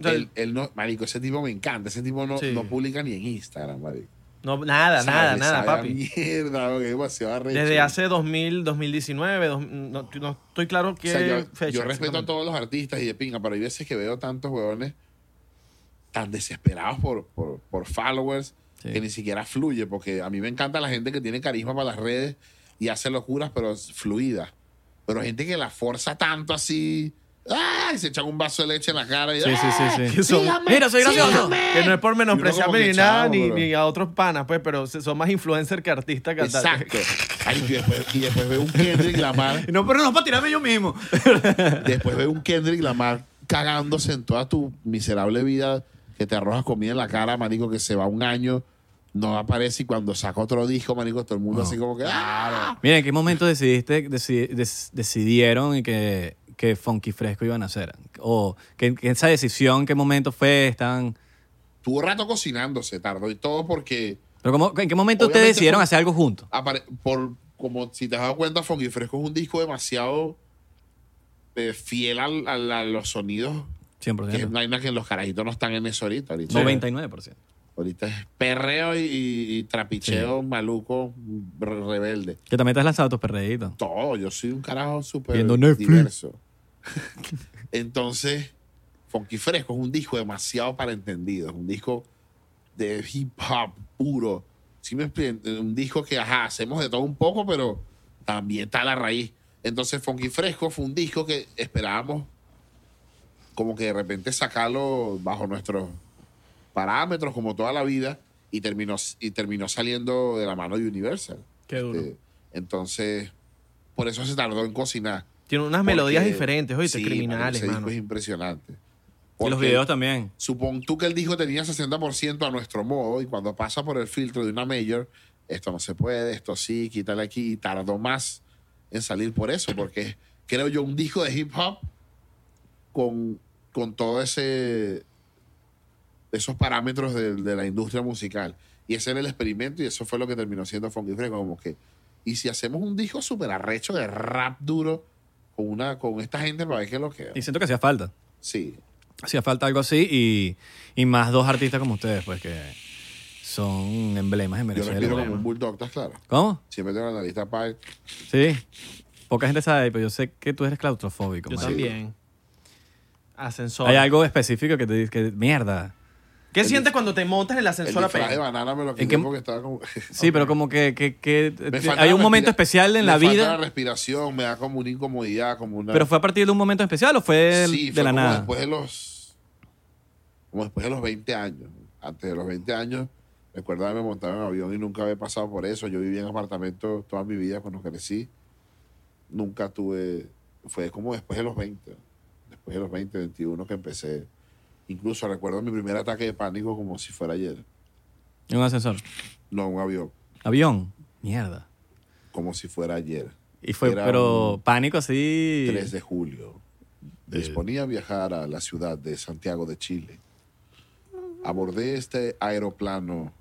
Speaker 2: O sea,
Speaker 1: Él- él no, marico, ese tipo me encanta. Ese tipo no,
Speaker 2: Sí.
Speaker 1: no publica ni en Instagram, marico.
Speaker 2: no, nada,
Speaker 1: Sabe,
Speaker 2: nada, nada,
Speaker 1: sabe a
Speaker 2: papi.
Speaker 1: Mierda, bro, que es demasiado arrecho.
Speaker 2: Desde hace 2000, 2019, dos- no, no estoy claro qué
Speaker 1: O sea, yo,
Speaker 2: fecha.
Speaker 1: yo respeto a
Speaker 2: exactamente.
Speaker 1: todos los artistas y de pinga, pero hay veces que veo tantos huevones tan desesperados por, por, por followers
Speaker 3: Sí.
Speaker 1: que ni siquiera fluye, porque a mí me encanta la gente que tiene carisma para las redes y hace locuras, pero es fluida. Pero gente que la forza tanto así, ¡ah! y se echan un vaso de leche en la cara y
Speaker 3: Sí, sí, sí, sí.
Speaker 2: Que son-
Speaker 3: Mira, soy gracioso.
Speaker 2: Que no es por
Speaker 1: Y uno
Speaker 2: menospreciarme
Speaker 1: como
Speaker 2: ni
Speaker 1: que,
Speaker 2: nada,
Speaker 1: chavo,
Speaker 2: ni,
Speaker 1: bro.
Speaker 2: ni a otros panas, pues, pero se- son más influencers que artistas cantantes.
Speaker 1: Exacto. Ay, y, después, y después veo un Kendrick Lamar
Speaker 3: No, pero no, para tirarme yo mismo.
Speaker 1: Después ve un Kendrick Lamar cagándose en toda tu miserable vida, que te arrojas comida en la cara, marico, que se va un año. no aparece y cuando saca otro disco, marico, todo el mundo así como que. ¡Ah!
Speaker 3: Mira, ¿en qué momento decidiste, deci- des- decidieron que, que Funky Fresco iban a hacer? O que, que esa decisión, ¿qué momento fue? Estaban...
Speaker 1: Tuvo rato cocinándose, tardó y todo porque.
Speaker 3: Pero cómo- ¿En qué
Speaker 1: Obviamente
Speaker 3: momento ustedes decidieron
Speaker 1: fue-
Speaker 3: hacer algo juntos?
Speaker 1: apare- por como si te has dado cuenta, Funky Fresco es un disco demasiado eh, fiel al- al- a los sonidos. Que es
Speaker 3: 100%.
Speaker 1: una vaina que los carajitos no están en eso ahorita. Ahorita,
Speaker 3: 99%.
Speaker 1: ahorita es perreo y, y- y trapicheo maluco re- rebelde.
Speaker 3: Que también te has lanzado tus perreitos.
Speaker 1: Todo, yo soy un carajo súper
Speaker 3: Viendo Netflix.
Speaker 1: diverso. Entonces, Funky Fresco es un disco demasiado para entendidos, un disco de hip hop puro. ¿Sí me explico? Un disco que, ajá, hacemos de todo un poco, pero también está la raíz. Entonces, Funky Fresco fue un disco que esperábamos como que de repente sacarlo bajo nuestros parámetros, como toda la vida, y terminó, y terminó saliendo de la mano de Universal.
Speaker 2: Qué duro.
Speaker 1: Este, entonces, por eso se tardó en cocinar.
Speaker 2: Tiene unas melodías
Speaker 1: Porque-
Speaker 2: diferentes, oíste,
Speaker 1: sí, marico,
Speaker 2: criminales,
Speaker 1: ese disco
Speaker 2: mano.
Speaker 1: es impresionante.
Speaker 3: Y los
Speaker 1: Porque
Speaker 3: videos también.
Speaker 1: Supón tú que el disco tenía 60% a nuestro modo y cuando pasa por el filtro de una mayor, esto no se puede, esto sí, quítale aquí. Y tardó más en salir por eso, porque es, creo yo un disco de hip hop con, con todo ese esos parámetros de, de la industria musical. Y ese era el experimento y eso fue lo que terminó siendo Funky Fresco, como que y si hacemos un disco súper arrecho de rap duro con una con esta gente para ver qué es lo que
Speaker 3: Y siento que hacía falta.
Speaker 1: sí
Speaker 3: Hacía falta algo así y, y más dos artistas como ustedes, pues que son emblemas en
Speaker 1: yo
Speaker 3: Venezuela.
Speaker 1: respiro como un bulldog estás claro
Speaker 3: ¿Cómo?
Speaker 1: siempre tengo la nariz para
Speaker 3: Sí. Poca gente sabe, pero yo sé que tú eres claustrofóbico.
Speaker 2: Yo
Speaker 3: marico.
Speaker 2: también. Ascensor.
Speaker 3: Hay algo específico que te dice que mierda.
Speaker 2: ¿Qué sientes cuando te montas en el
Speaker 1: el
Speaker 2: ascensor a
Speaker 1: disfraz de
Speaker 2: pegar?
Speaker 1: banana me lo
Speaker 3: ¿En
Speaker 1: quité
Speaker 3: qué-
Speaker 1: porque estaba como
Speaker 3: Sí, pero como que, que- que-
Speaker 1: Me falta
Speaker 3: hay
Speaker 1: la
Speaker 3: un
Speaker 1: respira-
Speaker 3: momento especial en
Speaker 1: me
Speaker 3: la
Speaker 1: falta
Speaker 3: vida.
Speaker 1: la respiración me da como una incomodidad como una
Speaker 3: Pero fue a partir de un momento especial o fue
Speaker 1: Sí,
Speaker 3: de
Speaker 1: fue
Speaker 3: la
Speaker 1: como
Speaker 3: nada.
Speaker 1: después de los como después de los 20 años antes de los 20 años recuerdo haberme montado en avión y nunca había pasado por eso yo viví en apartamento toda mi vida cuando crecí nunca tuve fue como después de los 20 después de los 20 21 que empecé incluso recuerdo mi primer ataque de pánico como si fuera ayer
Speaker 3: En un ascensor.
Speaker 1: no un avión
Speaker 3: Avión. Mierda.
Speaker 1: como si fuera ayer
Speaker 3: Y fue,
Speaker 1: Era
Speaker 3: pero Eh.
Speaker 1: un
Speaker 3: pánico así.
Speaker 1: 3 de julio. Disponía a viajar a la ciudad de Santiago de Chile. Abordé este aeroplano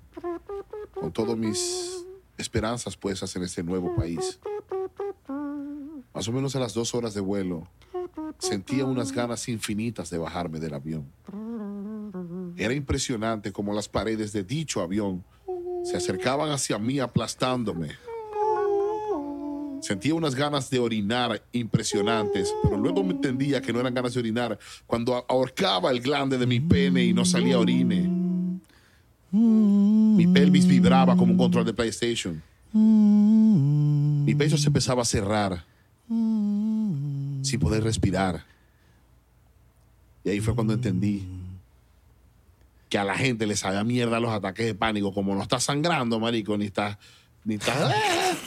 Speaker 1: con todas mis esperanzas puestas en este nuevo país. Más o menos a las dos horas de vuelo, sentía unas ganas infinitas de bajarme del avión. Era impresionante cómo las paredes de dicho avión se acercaban hacia mí aplastándome. Sentía unas ganas de orinar impresionantes, pero luego me entendía que no eran ganas de orinar cuando a- ahorcaba el glande de mi pene y no salía orine. Mi pelvis vibraba como un control de PlayStation. Mi pecho se empezaba a cerrar sin poder respirar. Y ahí fue cuando entendí que a la gente le sabe a mierda los ataques de pánico. Como no estás sangrando, marico, ni estás... Ni estás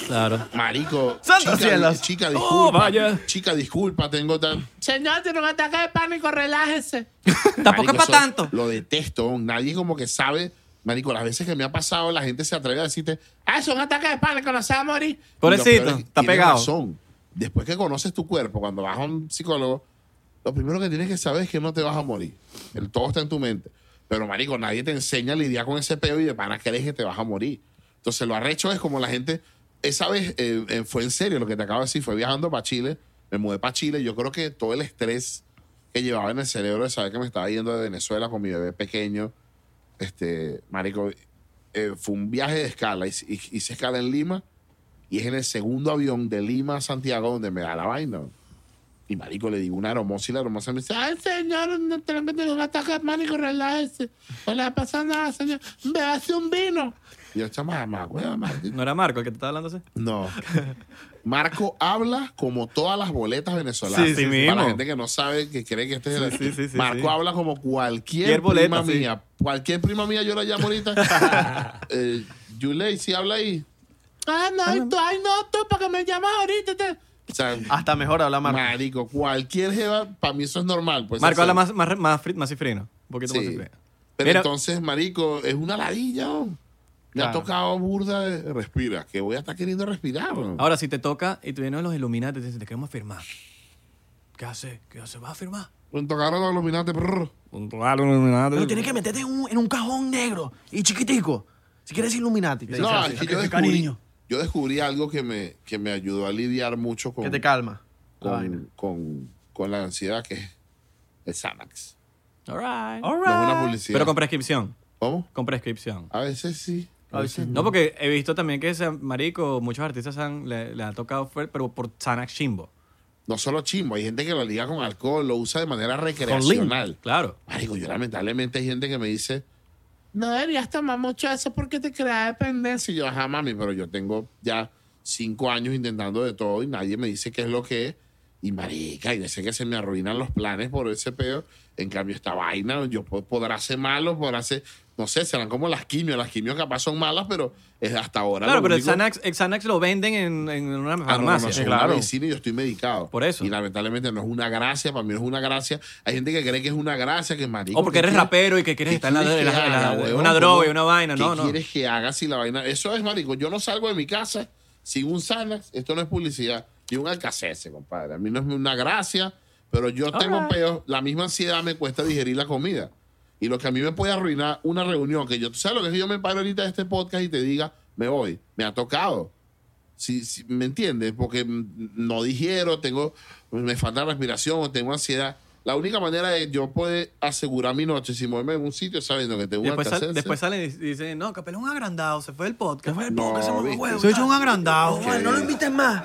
Speaker 3: Claro.
Speaker 1: Marico.
Speaker 2: ¡Santos
Speaker 1: chica,
Speaker 2: cielos!
Speaker 1: Chica,
Speaker 3: Oh,
Speaker 1: disculpa.
Speaker 3: vaya.
Speaker 1: Chica, disculpa, tengo tan.
Speaker 5: Señor, tiene un ataque de pánico, relájese.
Speaker 3: Tampoco es
Speaker 1: Marico,
Speaker 3: para
Speaker 1: eso
Speaker 3: tanto.
Speaker 1: Lo detesto. weón. Nadie como que sabe. Marico, las veces que me ha pasado, la gente se atreve a decirte,
Speaker 5: Ah, es un ataque de pánico, no se va a morir.
Speaker 1: Y lo
Speaker 3: Pobrecito,
Speaker 1: peor es que
Speaker 3: está
Speaker 1: tiene
Speaker 3: pegado.
Speaker 1: razón. Después que conoces tu cuerpo, cuando vas a un psicólogo, lo primero que tienes que saber es que no te vas a morir. El todo está en tu mente. Pero, marico, nadie te enseña a lidiar con ese peo y de pana crees que te vas a morir. Entonces, lo arrecho es como la gente... Esa vez eh, eh, fue en serio lo que te acabo de decir. Fue viajando para Chile. Me mudé para Chile. Yo creo que todo el estrés que llevaba en el cerebro de saber que me estaba yendo de Venezuela con mi bebé pequeño, este, marico, eh, fue un viaje de escala. Hice, hice escala en Lima y es en el segundo avión de Lima a Santiago donde me da la vaina. Y marico, le digo una aromosa y la aromosa me dice, "Ah,
Speaker 5: Ay, señor, no tiene que tener un ataque de pánico, relájese. No le va a pasar nada, señor. Véase un vino.
Speaker 1: y yo, chama, mamá, hueva, maldito".
Speaker 3: ¿No era Marco el que te estaba hablando así?
Speaker 1: No. Marco habla como todas las boletas venezolanas.
Speaker 3: Sí, sí,
Speaker 1: Para
Speaker 3: mismo.
Speaker 1: la gente que no sabe, que cree que este es el...
Speaker 3: Sí, sí, sí, sí,
Speaker 1: Marco
Speaker 3: sí.
Speaker 1: habla como cualquier
Speaker 3: Cualquier boleta,
Speaker 1: prima
Speaker 3: sí.
Speaker 1: mía. Cualquier prima mía, yo la llamo ahorita. eh, Yulei, si habla ahí.
Speaker 5: Ah, no, y tú, ay, no, tú, porque me llamas ahorita. Te...
Speaker 1: O sea,
Speaker 2: Hasta mejor habla Marco.
Speaker 1: marico, cualquier jeva, para mí eso es normal. Pues,
Speaker 3: Marco
Speaker 1: hacer-
Speaker 3: habla más, más, más, fri- más cifrino. Un poquito más
Speaker 1: Sí.
Speaker 3: cifrino.
Speaker 1: Pero
Speaker 3: Mira-
Speaker 1: entonces, marico, es una ladilla. ¿no? Me ha
Speaker 2: Claro.
Speaker 1: tocado burda de respira, que voy a estar queriendo respirar. weón.
Speaker 3: Ahora, si te toca y tú vienes a los Illuminati y te dicen, te queremos firmar. ¿Qué hace? ¿Qué hace? ¿Vas a firmar?
Speaker 1: Me tocaron los iluminantes. brr.
Speaker 3: Un raro Illuminati.
Speaker 2: Pero tienes que meterte en un, en un cajón negro y chiquitico. Si quieres Illuminati. que se
Speaker 1: No,
Speaker 2: hace,
Speaker 1: es que
Speaker 2: que
Speaker 1: yo
Speaker 2: te
Speaker 1: descubrí,
Speaker 2: cariño.
Speaker 1: yo descubrí algo que me, que me ayudó a lidiar mucho con,
Speaker 2: Que te calma. La vaina.
Speaker 1: con, con- con la ansiedad, que es el Xanax.
Speaker 3: All right.
Speaker 1: No es una publicidad.
Speaker 3: Pero con prescripción.
Speaker 1: ¿Cómo?
Speaker 3: Con prescripción.
Speaker 1: A veces sí.
Speaker 2: A veces
Speaker 3: No, porque he visto también que ese marico, muchos artistas han, le, le ha tocado, fuerte, pero por Xanax chimbo.
Speaker 1: No solo chimbo, hay gente que lo liga con alcohol, lo usa de manera
Speaker 3: Con
Speaker 1: recreacional.
Speaker 3: Claro.
Speaker 1: Marico, yo lamentablemente hay gente que me dice, no deberías tomar mucho eso porque te crea dependencia. Y yo, ajá, mami, pero yo tengo ya cinco años intentando de todo y nadie me dice qué es lo que es. Y marica, y sé que se me arruinan los planes por ese pedo. En cambio, esta vaina, yo po- podrá ser malo, podrá ser, no sé, serán como las quimios. Las quimios capaz son malas, pero es hasta ahora.
Speaker 3: Claro,
Speaker 1: lo
Speaker 3: pero el
Speaker 1: único-
Speaker 3: Xanax, el Xanax lo venden en, en una
Speaker 1: Ah, no, no, no,
Speaker 3: farmacia.
Speaker 1: soy una medicina y yo estoy medicado.
Speaker 3: Por eso.
Speaker 1: Y lamentablemente no es una gracia, para mí no es una gracia. Hay gente que cree que es una gracia, que es marico.
Speaker 3: O Oh, porque
Speaker 1: ¿qué
Speaker 3: eres
Speaker 1: quieres?
Speaker 3: rapero y que quieres
Speaker 1: ¿Qué
Speaker 3: estar en la,
Speaker 1: quieres
Speaker 3: en la-
Speaker 1: que
Speaker 3: en la-
Speaker 1: haga,
Speaker 3: en
Speaker 1: huevón?
Speaker 3: una droga y una
Speaker 1: ¿Cómo?
Speaker 3: vaina.
Speaker 1: ¿Qué
Speaker 3: No, no.
Speaker 1: quieres que haga si la vaina? Eso es, marico. Yo no salgo de mi casa sin un Xanax. Esto no es publicidad. Y un alcacese, compadre. A mí no es una gracia, pero yo tengo peor. La misma ansiedad me cuesta digerir la comida. Y lo que a mí me puede arruinar una reunión, que yo, ¿tú sabes lo que es? Yo me paro ahorita de este podcast y te diga, me voy, me ha tocado. Sí, sí, ¿Me entiendes? Porque mm, no digiero, tengo, me falta respiración, o tengo ansiedad. La única manera de yo poder asegurar mi noche sin moverme en un sitio sabiendo que tengo
Speaker 3: Después,
Speaker 1: un
Speaker 3: sal-
Speaker 1: alcacelse.
Speaker 3: después salen y dicen, no, Capela es un agrandado, se fue del podcast.
Speaker 1: No, ¿viste?
Speaker 2: Soy yo un agrandado.
Speaker 1: Ok.
Speaker 2: Bueno, no lo invites más. No lo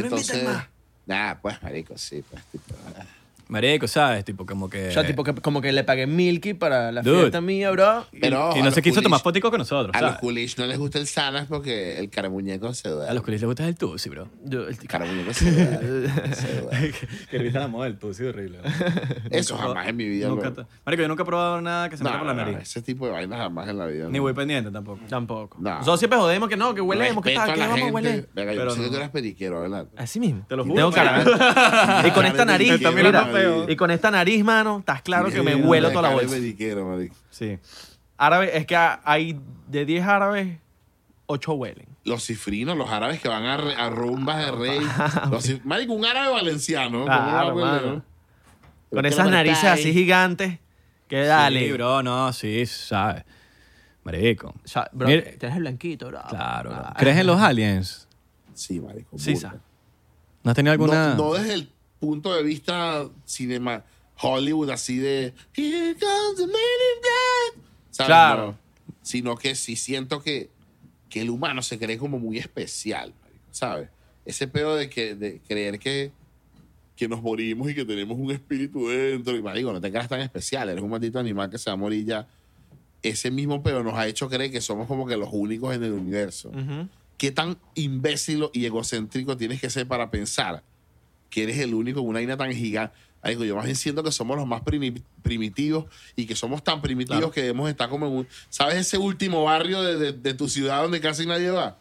Speaker 2: invites
Speaker 1: Entonces,
Speaker 2: más.
Speaker 1: nada, pues marico, sí, pues tipo, ah.
Speaker 3: Marico, ¿sabes? Tipo, como que...
Speaker 2: O
Speaker 1: Eh.
Speaker 2: sea, tipo, que, como que le pagué Milky para la
Speaker 3: Dude.
Speaker 2: fiesta mía, bro.
Speaker 3: y,
Speaker 1: Pero
Speaker 3: y
Speaker 1: a
Speaker 3: no se
Speaker 1: los
Speaker 3: quiso
Speaker 1: coolish-
Speaker 3: tomar fotico con nosotros,
Speaker 1: A los
Speaker 3: ¿sabes?
Speaker 1: coolish no les gusta el sanas porque el caramuñeco se duele.
Speaker 3: A los culis les gusta el tusi, bro.
Speaker 2: Yo-
Speaker 1: El caramuñeco se duele. se duele.
Speaker 3: que risa la moda del tusi horrible.
Speaker 1: Eso jamás en mi vida.
Speaker 3: Nunca
Speaker 1: lo-
Speaker 3: ta- Marico, yo nunca he probado nada que se meta
Speaker 1: No,
Speaker 3: por la
Speaker 1: no,
Speaker 3: nariz.
Speaker 1: ese tipo de vainas jamás en la vida.
Speaker 3: Ni
Speaker 1: no.
Speaker 3: voy pendiente tampoco.
Speaker 2: Tampoco.
Speaker 1: No.
Speaker 2: Nosotros siempre jodemos que no, que huelemos, que
Speaker 1: Respeto
Speaker 2: tal,
Speaker 1: a
Speaker 2: que
Speaker 1: la
Speaker 2: vamos a
Speaker 1: gente.
Speaker 2: hueler.
Speaker 1: Venga, yo
Speaker 3: Pero
Speaker 1: pensé que
Speaker 3: no.
Speaker 1: tú eras periquero, ¿verdad?
Speaker 2: Así mismo.
Speaker 3: Te lo
Speaker 2: Y
Speaker 3: juro,
Speaker 2: Tengo cara. y con esta nariz.
Speaker 1: Te está mirando
Speaker 2: mira,
Speaker 1: feo.
Speaker 2: y con esta nariz, mano, estás claro que me
Speaker 3: Sí,
Speaker 2: huelo toda la
Speaker 1: Cara de
Speaker 2: bolsa.
Speaker 1: periquero, marico.
Speaker 3: Sí.
Speaker 2: Árabe, es que ha- hay de 10 árabes, 8 huelen.
Speaker 1: Los cifrinos, los árabes que van a, re- a rumbas de rey. Los cif- marico, un árabe valenciano. ¿cómo va a
Speaker 2: Claro,
Speaker 1: huele,
Speaker 2: mano.
Speaker 1: no?
Speaker 2: Con
Speaker 1: Pero
Speaker 2: esas
Speaker 1: que la
Speaker 2: narices
Speaker 1: verdad
Speaker 2: así
Speaker 1: es-
Speaker 2: gigantes. Que
Speaker 3: Sí,
Speaker 2: dale.
Speaker 3: bro, no, sí, sabes. Marico.
Speaker 2: O sea, bro,
Speaker 3: Mira-
Speaker 2: tienes el blanquito, bro.
Speaker 3: Claro. bro.
Speaker 2: Ah,
Speaker 3: ¿Crees en los aliens?
Speaker 1: Sí, marico.
Speaker 2: Sí,
Speaker 1: burda.
Speaker 2: sa.
Speaker 3: ¿No has tenido alguna...?
Speaker 1: No, no desde el punto de vista cinema Hollywood así de Here comes the man in black", ¿sabes?
Speaker 2: Claro.
Speaker 1: No. sino que sí siento que, que el humano se cree como muy especial, marico, ¿sabes? Ese pedo de, que, de creer que, que nos morimos y que tenemos un espíritu dentro. Y marico, no te creas tan especial, eres un maldito animal que se va a morir ya. Ese mismo pedo nos ha hecho creer que somos como que los únicos en el universo
Speaker 2: Ujú.
Speaker 1: qué tan imbécil y egocéntrico tienes que ser para pensar que eres el único en una isla tan gigante. Marico, yo más bien siento que somos los más primi- primitivos y que somos tan primitivos que debemos estar como en un... ¿Sabes ese último barrio de, de- de tu ciudad donde casi nadie va?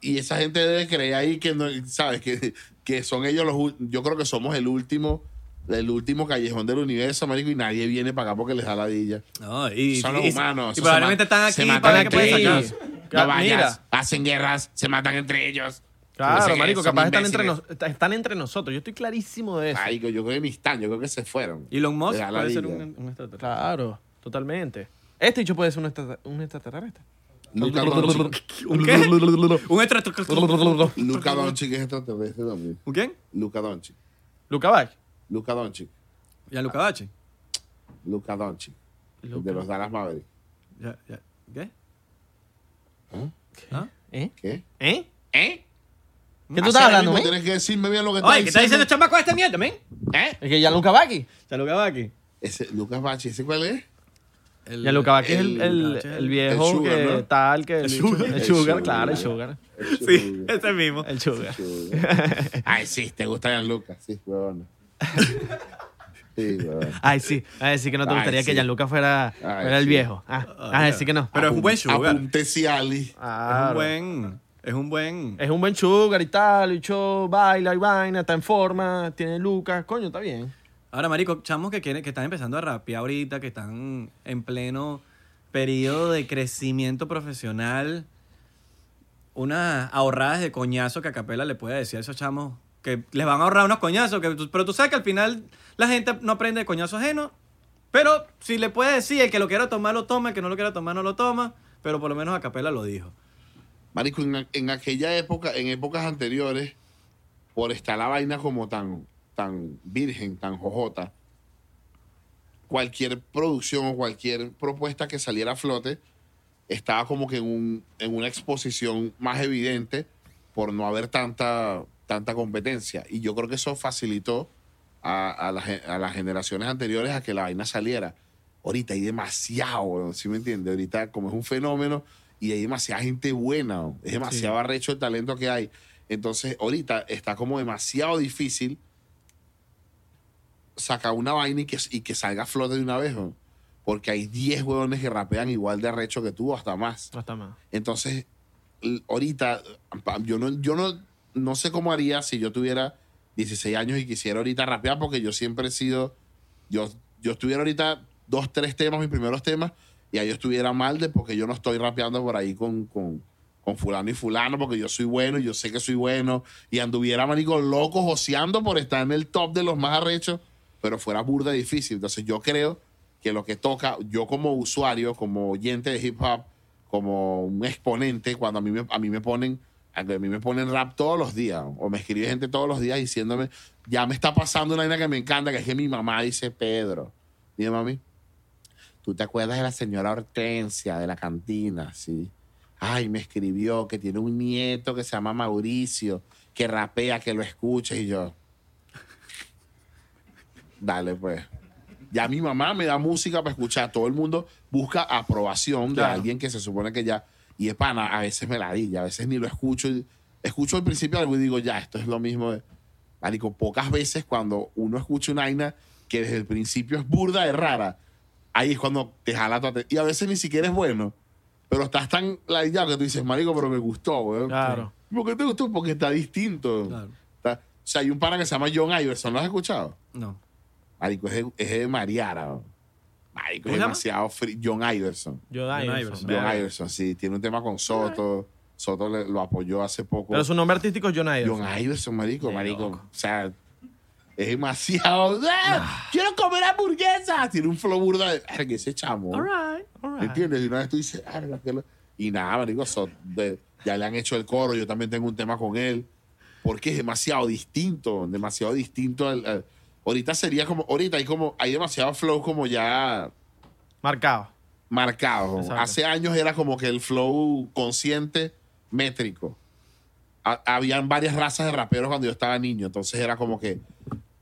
Speaker 1: Y esa gente debe creer ahí que, no, ¿sabes? Que, que son ellos los... ul- Yo creo que somos el último, el último callejón del universo, marico, y nadie viene para acá porque les da la dilla.
Speaker 3: No, y,
Speaker 1: Son los
Speaker 3: y-
Speaker 1: humanos.
Speaker 3: Y probablemente están aquí para que
Speaker 2: entre
Speaker 3: puedan
Speaker 2: ellos.
Speaker 3: sacar.
Speaker 2: Claro,
Speaker 1: No vayas.
Speaker 2: mira.
Speaker 1: Hacen guerras, se matan entre ellos. No sé
Speaker 2: Claro,
Speaker 1: qué,
Speaker 2: marico,
Speaker 1: son
Speaker 2: capaz están entre,
Speaker 1: imbéciles.
Speaker 2: nos- está- están entre nosotros. Yo estoy clarísimo de eso.
Speaker 1: Ay, yo creo que ni están, yo creo que se fueron.
Speaker 3: Elon Musk
Speaker 1: Le da la
Speaker 3: puede ser
Speaker 1: vida.
Speaker 3: un, un extraterrestre.
Speaker 2: Claro, totalmente. Este dicho puede ser un, extra- un extraterrestre.
Speaker 1: Luca Doncic.
Speaker 3: ¿Un qué? ¿Un extraterrestre?
Speaker 1: Luca Doncic es extraterrestre también.
Speaker 3: ¿Un quién?
Speaker 1: Luca Doncic.
Speaker 2: Luca Bach.
Speaker 1: Luca Doncic.
Speaker 3: Gianluca Bachi.
Speaker 1: Luca Doncic. El de los Dallas Mavericks.
Speaker 3: Ya, ya. ¿Qué? ¿Ah?
Speaker 2: ¿Eh?
Speaker 1: ¿Qué?
Speaker 2: ¿Eh?
Speaker 1: ¿Eh?
Speaker 2: ¿Qué tú estás hablando, eh?
Speaker 1: Tienes que decirme bien lo que
Speaker 3: Oye, ¿qué está
Speaker 1: estás
Speaker 3: diciendo el chamaco este mierda, men?
Speaker 1: ¿Eh?
Speaker 2: Es que Gianluca Bacchi.
Speaker 3: Gianluca Bachi.
Speaker 1: Ese, Lucas Bachi, ¿ese cuál es?
Speaker 3: El,
Speaker 2: Gianluca Bacchi es el, el,
Speaker 3: el-
Speaker 2: el viejo
Speaker 1: el sugar,
Speaker 2: que
Speaker 1: ¿no?
Speaker 2: tal, que el,
Speaker 3: sugar.
Speaker 2: bicho- el
Speaker 1: El
Speaker 2: sugar,
Speaker 1: sugar.
Speaker 2: claro, el sugar.
Speaker 3: Sí, ese mismo.
Speaker 2: El sugar.
Speaker 1: Ay, sí, te gusta Lucas, sí, huevón. Sí, huevón.
Speaker 2: Ay, sí. A decir que no te
Speaker 1: Ay,
Speaker 2: gustaría que
Speaker 1: sí.
Speaker 2: Gianluca fuera,
Speaker 1: Ay,
Speaker 2: fuera el
Speaker 1: sí.
Speaker 2: viejo. Ah, a decir que no.
Speaker 3: Pero es un buen sugar.
Speaker 1: Apunte si Ali.
Speaker 3: Es un
Speaker 2: Claro.
Speaker 3: buen... Es un buen...
Speaker 2: Es un buen sugar y tal, el bicho baila y vaina, está en forma, tiene Lucas, coño, está bien.
Speaker 3: Ahora, marico, chamos que quieren, que están empezando a rapear ahorita, que están en pleno periodo de crecimiento profesional, unas ahorradas de coñazo que a Capela le puede decir a esos chamos que les van a ahorrar unos coñazos, que tú- pero tú sabes que al final la gente no aprende de coñazo ajeno, pero si le puede decir, el que lo quiera tomar lo toma, el que no lo quiera tomar no lo toma, pero por lo menos a Capela lo dijo.
Speaker 1: Marico, en, a- en aquella época, en épocas anteriores, por estar la vaina como tan, tan virgen, tan jojota, cualquier producción o cualquier propuesta que saliera a flote estaba como que en, un- en una exposición más evidente por no haber tanta, tanta competencia. Y yo creo que eso facilitó a, a la gen- a las generaciones anteriores a que la vaina saliera. Ahorita hay demasiado, weón, ¿sí me entiendes? Ahorita como es un fenómeno y hay demasiada gente buena, weón. es demasiado arrecho el talento que hay. Entonces ahorita está como demasiado difícil sacar una vaina y que, y que salga a flote de una vez, weón. porque hay 10 huevones que rapean igual de arrecho que tú, o hasta más.
Speaker 2: Hasta más.
Speaker 1: Entonces, l- ahorita, pa- yo no, yo no, no sé cómo haría si yo tuviera 16 años y quisiera ahorita rapear, porque yo siempre he sido, yo, yo estuviera ahorita dos, tres temas, mis primeros temas, y ahí yo estuviera mal de porque yo no estoy rapeando por ahí con, con, con fulano y fulano, porque yo soy bueno y yo sé que soy bueno, y anduviera, manico, loco, joseando por estar en el top de los más arrechos, pero fuera burda difícil. Entonces yo creo que lo que toca, yo como usuario, como oyente de hip hop, como un exponente, cuando a mí me, a mí me ponen a que a mí me ponen rap todos los días, o me escribe gente todos los días diciéndome, ya me está pasando una vaina que me encanta, que es que mi mamá dice, Pedro, dime mami, ¿tú te acuerdas de la señora Hortensia de la cantina? Sí. Ay, me escribió que tiene un nieto que se llama Mauricio, que rapea, que lo escucha, y yo, dale pues. Ya mi mamá me da música para escuchar. Todo el mundo busca aprobación
Speaker 2: Claro.
Speaker 1: de alguien que se supone que ya. Y es pana, a veces me la di, a veces ni lo escucho. y- Escucho al principio algo y digo, ya, esto es lo mismo. De, Marico, pocas veces cuando uno escucha una aina que desde el principio es burda, es rara, ahí es cuando te jala tu atención. Y a veces ni siquiera es bueno. Pero estás tan ladillado que tú dices, Marico, pero me gustó, weón.
Speaker 2: Claro.
Speaker 1: ¿Por qué te gustó? Porque está distinto.
Speaker 3: Claro.
Speaker 1: Está- o sea, hay un pana que se llama John Iverson, ¿lo has escuchado?
Speaker 3: No.
Speaker 1: Marico, es de, es de Mariara. ¿no? Marico, es
Speaker 2: ¿Cómo se llama?
Speaker 1: demasiado free. John Iverson.
Speaker 2: Yo
Speaker 3: John
Speaker 2: Iverson.
Speaker 3: Iverson.
Speaker 1: John
Speaker 2: Verga.
Speaker 1: Iverson, sí. Tiene un tema con Soto. Soto le- lo apoyó hace poco.
Speaker 2: Pero su nombre artístico es John Iverson.
Speaker 1: John Iverson, marico,
Speaker 2: De
Speaker 1: marico.
Speaker 2: loco.
Speaker 1: O sea, es demasiado. ¡Ah! quiero comer hamburguesas. Tiene un flow burda de. "Verga, ese chamo.
Speaker 2: All right, all
Speaker 1: ¿Me
Speaker 2: right.
Speaker 1: entiendes? Y una vez tú dices, "Ah, la que lo-". y nada, marico, so- de- ya le han hecho el coro, yo también tengo un tema con él, porque es demasiado distinto, demasiado distinto. al- al- ahorita sería como, ahorita hay como, hay demasiado flow como ya
Speaker 2: Marcado.
Speaker 1: marcado.
Speaker 2: Exacto.
Speaker 1: Hace años era como que el flow consciente, métrico. Ha- habían varias razas de raperos cuando yo estaba niño, entonces era como que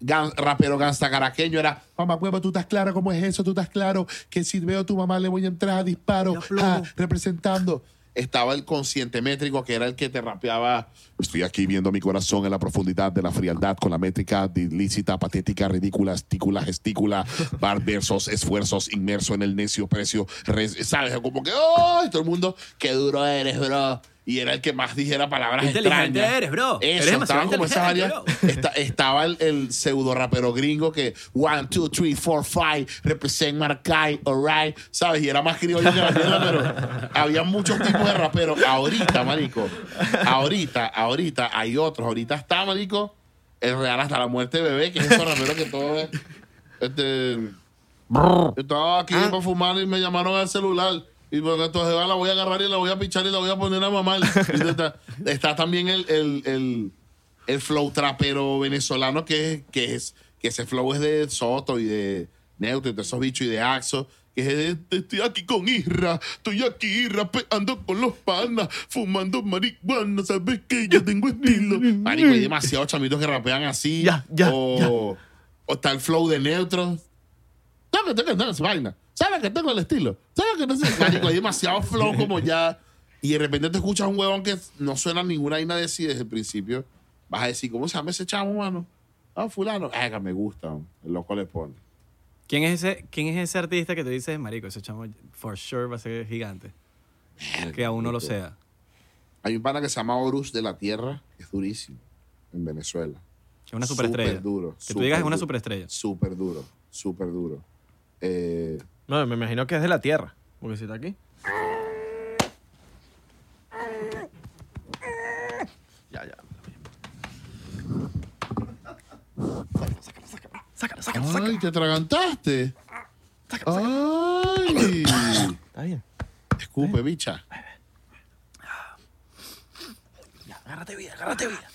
Speaker 1: gan- rapero gangsta caraqueño era mamá huevo tú estás claro cómo es eso tú estás claro que si veo a tu mamá le voy a entrar a disparo ah, representando estaba el consciente métrico que era el que te rapeaba estoy aquí viendo mi corazón en la profundidad de la frialdad con la métrica de ilícita patética ridícula estícula gestícula bar versos esfuerzos inmerso en el necio precio res- sabes como que ¡ay! todo el mundo qué duro eres bro y era el que más dijera palabras
Speaker 3: Inteligente
Speaker 1: extrañas.
Speaker 3: eres, bro. Eres
Speaker 1: Eso,
Speaker 3: demasiado
Speaker 1: estaban como esas varias.
Speaker 3: inteligente,
Speaker 1: esta- estaba el, el pseudo rapero gringo que one, two, three, four, five, represent Marcay, alright, ¿sabes? Y era más criollo que la mierda, pero había muchos tipos de raperos. Ahorita, marico, ahorita, ahorita hay otros. Ahorita está, marico, el Real hasta la muerte de bebé, que es ese rapero que todo es. Este. Yo estaba
Speaker 2: Ah.
Speaker 1: aquí para fumar y me llamaron al celular. Y porque esto se va, la voy a agarrar y la voy a pichar y la voy a poner a mamar. Y está, está también el, el, el, el flow trapero venezolano que es, que es que ese flow es de Soto y de Neutro y de esos bichos y de Axo. Que es de, estoy aquí con Isra, estoy aquí rapeando con los panas, fumando marihuana, sabes que yo tengo estilo. Marico, hay demasiados chamitos que rapean así.
Speaker 2: Ya, ya,
Speaker 1: o, o está el flow de Neutro. No, que tengo esa vaina. ¿Sabes que tengo el estilo? ¿Sabes que no sé? Marico, hay demasiado flow como ya. Y de repente te escuchas un huevón que no suena ninguna vaina de sí desde el principio. Vas a decir, ¿cómo se llama ese chamo, mano? Ah, fulano. Ah, que me gusta. man. El loco le pone.
Speaker 3: ¿Quién es ese, quién es ese artista que te dices, marico, ese chamo for sure va a ser gigante? Que aún no lo sea.
Speaker 1: Hay un pana que se llama Horus de la Tierra, que es durísimo en Venezuela.
Speaker 3: Que es una superestrella.
Speaker 1: Súper duro,
Speaker 3: que tú
Speaker 1: súper
Speaker 3: digas es una
Speaker 1: duro.
Speaker 3: superestrella.
Speaker 1: Súper duro, súper duro. Eh,
Speaker 2: No, me imagino que es de la Tierra. Porque si está aquí. Ya, ya.
Speaker 1: Ay, te atragantaste. Ay.
Speaker 2: Está bien.
Speaker 1: Escupe, bicha.
Speaker 2: Agárrate vida, agárrate vida.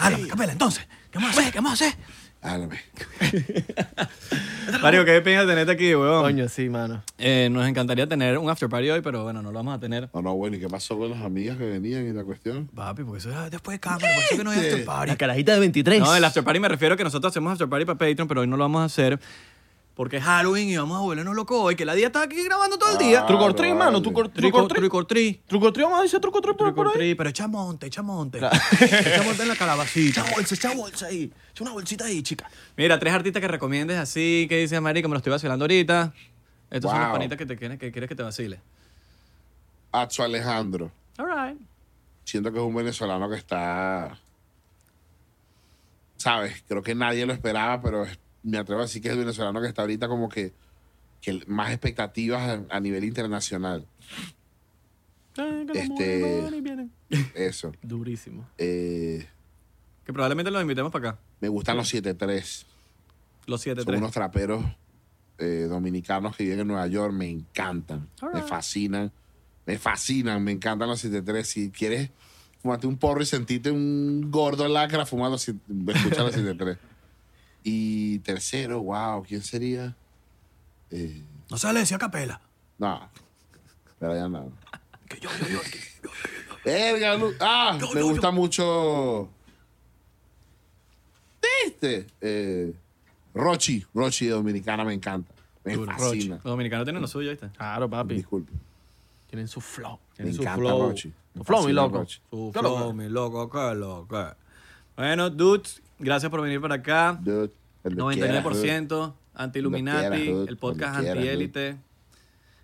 Speaker 3: Álvaro, capela, entonces. ¿Qué vamos a hacer? ¿Qué vamos a hacer?
Speaker 1: Álame.
Speaker 3: Mario, qué pena tenerte aquí, weón.
Speaker 2: Coño, sí, mano.
Speaker 3: Eh, nos encantaría tener un after party hoy, pero bueno, no lo vamos a tener.
Speaker 1: No, no, bueno, ¿y qué pasó con las amigas que venían y la cuestión?
Speaker 3: Papi, porque eso es después de cámara, por eso que no hay after party.
Speaker 2: Este. La carajita de 23.
Speaker 3: No, el after party me refiero a que nosotros hacemos after party para Patreon, pero hoy no lo vamos a hacer porque es Halloween y vamos a volvernos locos hoy, que la día está aquí grabando todo el día.
Speaker 1: Ah,
Speaker 2: Truco or treat,
Speaker 1: vale.
Speaker 2: mano. Truco or truco
Speaker 3: Trico,
Speaker 2: or treat.
Speaker 3: trico, or treat.
Speaker 2: Truco or treat, vamos a decir truco or treat por,
Speaker 3: Trick or
Speaker 2: por ahí. Ah.
Speaker 3: treat, pero echa monte, echa monte. echa monte en la calabacita.
Speaker 2: Echa bolsa, echa bolsa ahí. Echa una bolsita ahí, chica.
Speaker 3: Mira, tres artistas que recomiendes así, que dices, marico, me lo estoy vacilando ahorita. Estos son los
Speaker 1: Wow.
Speaker 3: panitas que, te quieren, que quieres que te vacile.
Speaker 1: Acho Alejandro.
Speaker 3: All right.
Speaker 1: Siento que es un venezolano que está. ¿Sabes? Creo que nadie lo esperaba, pero es- me atrevo a decir que es el venezolano que está ahorita como que, que más expectativas a, a nivel internacional.
Speaker 3: Eh,
Speaker 1: Este. Eso.
Speaker 2: Durísimo.
Speaker 1: Eh,
Speaker 3: Que probablemente los invitemos para acá.
Speaker 1: me gustan los 7-3.
Speaker 3: Los siete,
Speaker 1: Son
Speaker 3: tres.
Speaker 1: unos traperos eh, dominicanos que viven en Nueva York. Me encantan. Me fascinan. Me fascinan. Me encantan los 73. Si quieres fumarte un porro y sentirte un gordo lacra fumando, si- escucha los 73. Y tercero, wow, ¿quién sería? Eh,
Speaker 3: No sale, decía capela.
Speaker 1: no. Pero ya no. Verga, Lu- Ah, me gusta mucho. Este. eh, Rochi. Rochi de Dominicana me encanta. Me fascina.
Speaker 3: Los dominicanos tienen lo suyo, ¿viste?
Speaker 2: Claro, papi.
Speaker 1: Disculpe.
Speaker 2: Tienen su flow.
Speaker 1: Me
Speaker 2: Tienen su
Speaker 1: encanta
Speaker 2: flow.
Speaker 1: Rochi.
Speaker 2: Su
Speaker 1: Me
Speaker 2: flow, mi
Speaker 1: fascina
Speaker 2: loco.
Speaker 1: Rochi.
Speaker 3: Su
Speaker 2: Qué loco.
Speaker 3: flow, mi loco, qué loco. Bueno, dudes, gracias por venir para acá.
Speaker 1: Dude, el de quieras, dude.
Speaker 3: 99%
Speaker 1: Lo
Speaker 3: anti-Illuminati,
Speaker 1: quieras, dude.
Speaker 3: el podcast
Speaker 1: Lo quieras,
Speaker 3: anti-élite.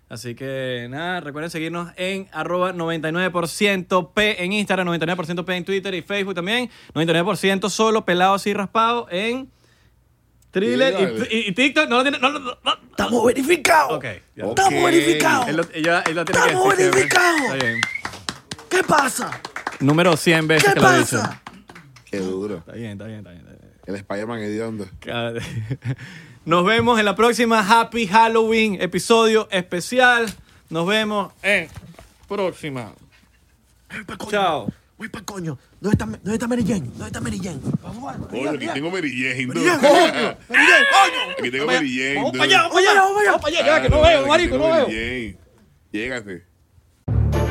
Speaker 3: Así que nada, recuerden seguirnos en arroba 99% P en Instagram, 99% P en Twitter y Facebook también. 99% solo, pelado así raspado en Thriller y-
Speaker 1: Dígale.
Speaker 3: y, y TikTok. No lo tiene. No, no, no, no.
Speaker 2: Estamos verificados.
Speaker 3: Ok. ya.
Speaker 1: Ok.
Speaker 2: Estamos verificados.
Speaker 3: Él lo, ella- él lo tiene que
Speaker 2: ¡Estamos
Speaker 3: decir siempre.
Speaker 2: verificados!
Speaker 3: Está bien.
Speaker 2: ¿Qué pasa?
Speaker 3: Número 100 veces
Speaker 2: ¿Qué
Speaker 3: que lo he dicho.
Speaker 2: pasa?
Speaker 1: Qué duro.
Speaker 3: Está bien, está bien, está bien. Está bien.
Speaker 1: El Spider-Man hediondo.
Speaker 3: Cada- Nos vemos en la próxima Happy Halloween episodio especial. Nos vemos en próxima.
Speaker 2: Voy pa' coño.
Speaker 3: Chao.
Speaker 2: Voy pa' coño. ¿Dónde está, ¿Dónde está Mary Jane? ¿Dónde está Mary Jane? Vamos, vamos,
Speaker 6: Coño, aquí tengo Mary Jane, dude. Aquí tengo
Speaker 3: Vamos
Speaker 6: Mary Jane,
Speaker 3: Vamos
Speaker 6: dude.
Speaker 3: para allá, vamos para allá. Vamos para allá, ya que no
Speaker 6: Claro,
Speaker 3: veo,
Speaker 6: aquí
Speaker 3: marico,
Speaker 6: tengo
Speaker 3: no veo.
Speaker 6: Mary Jane. Llégate.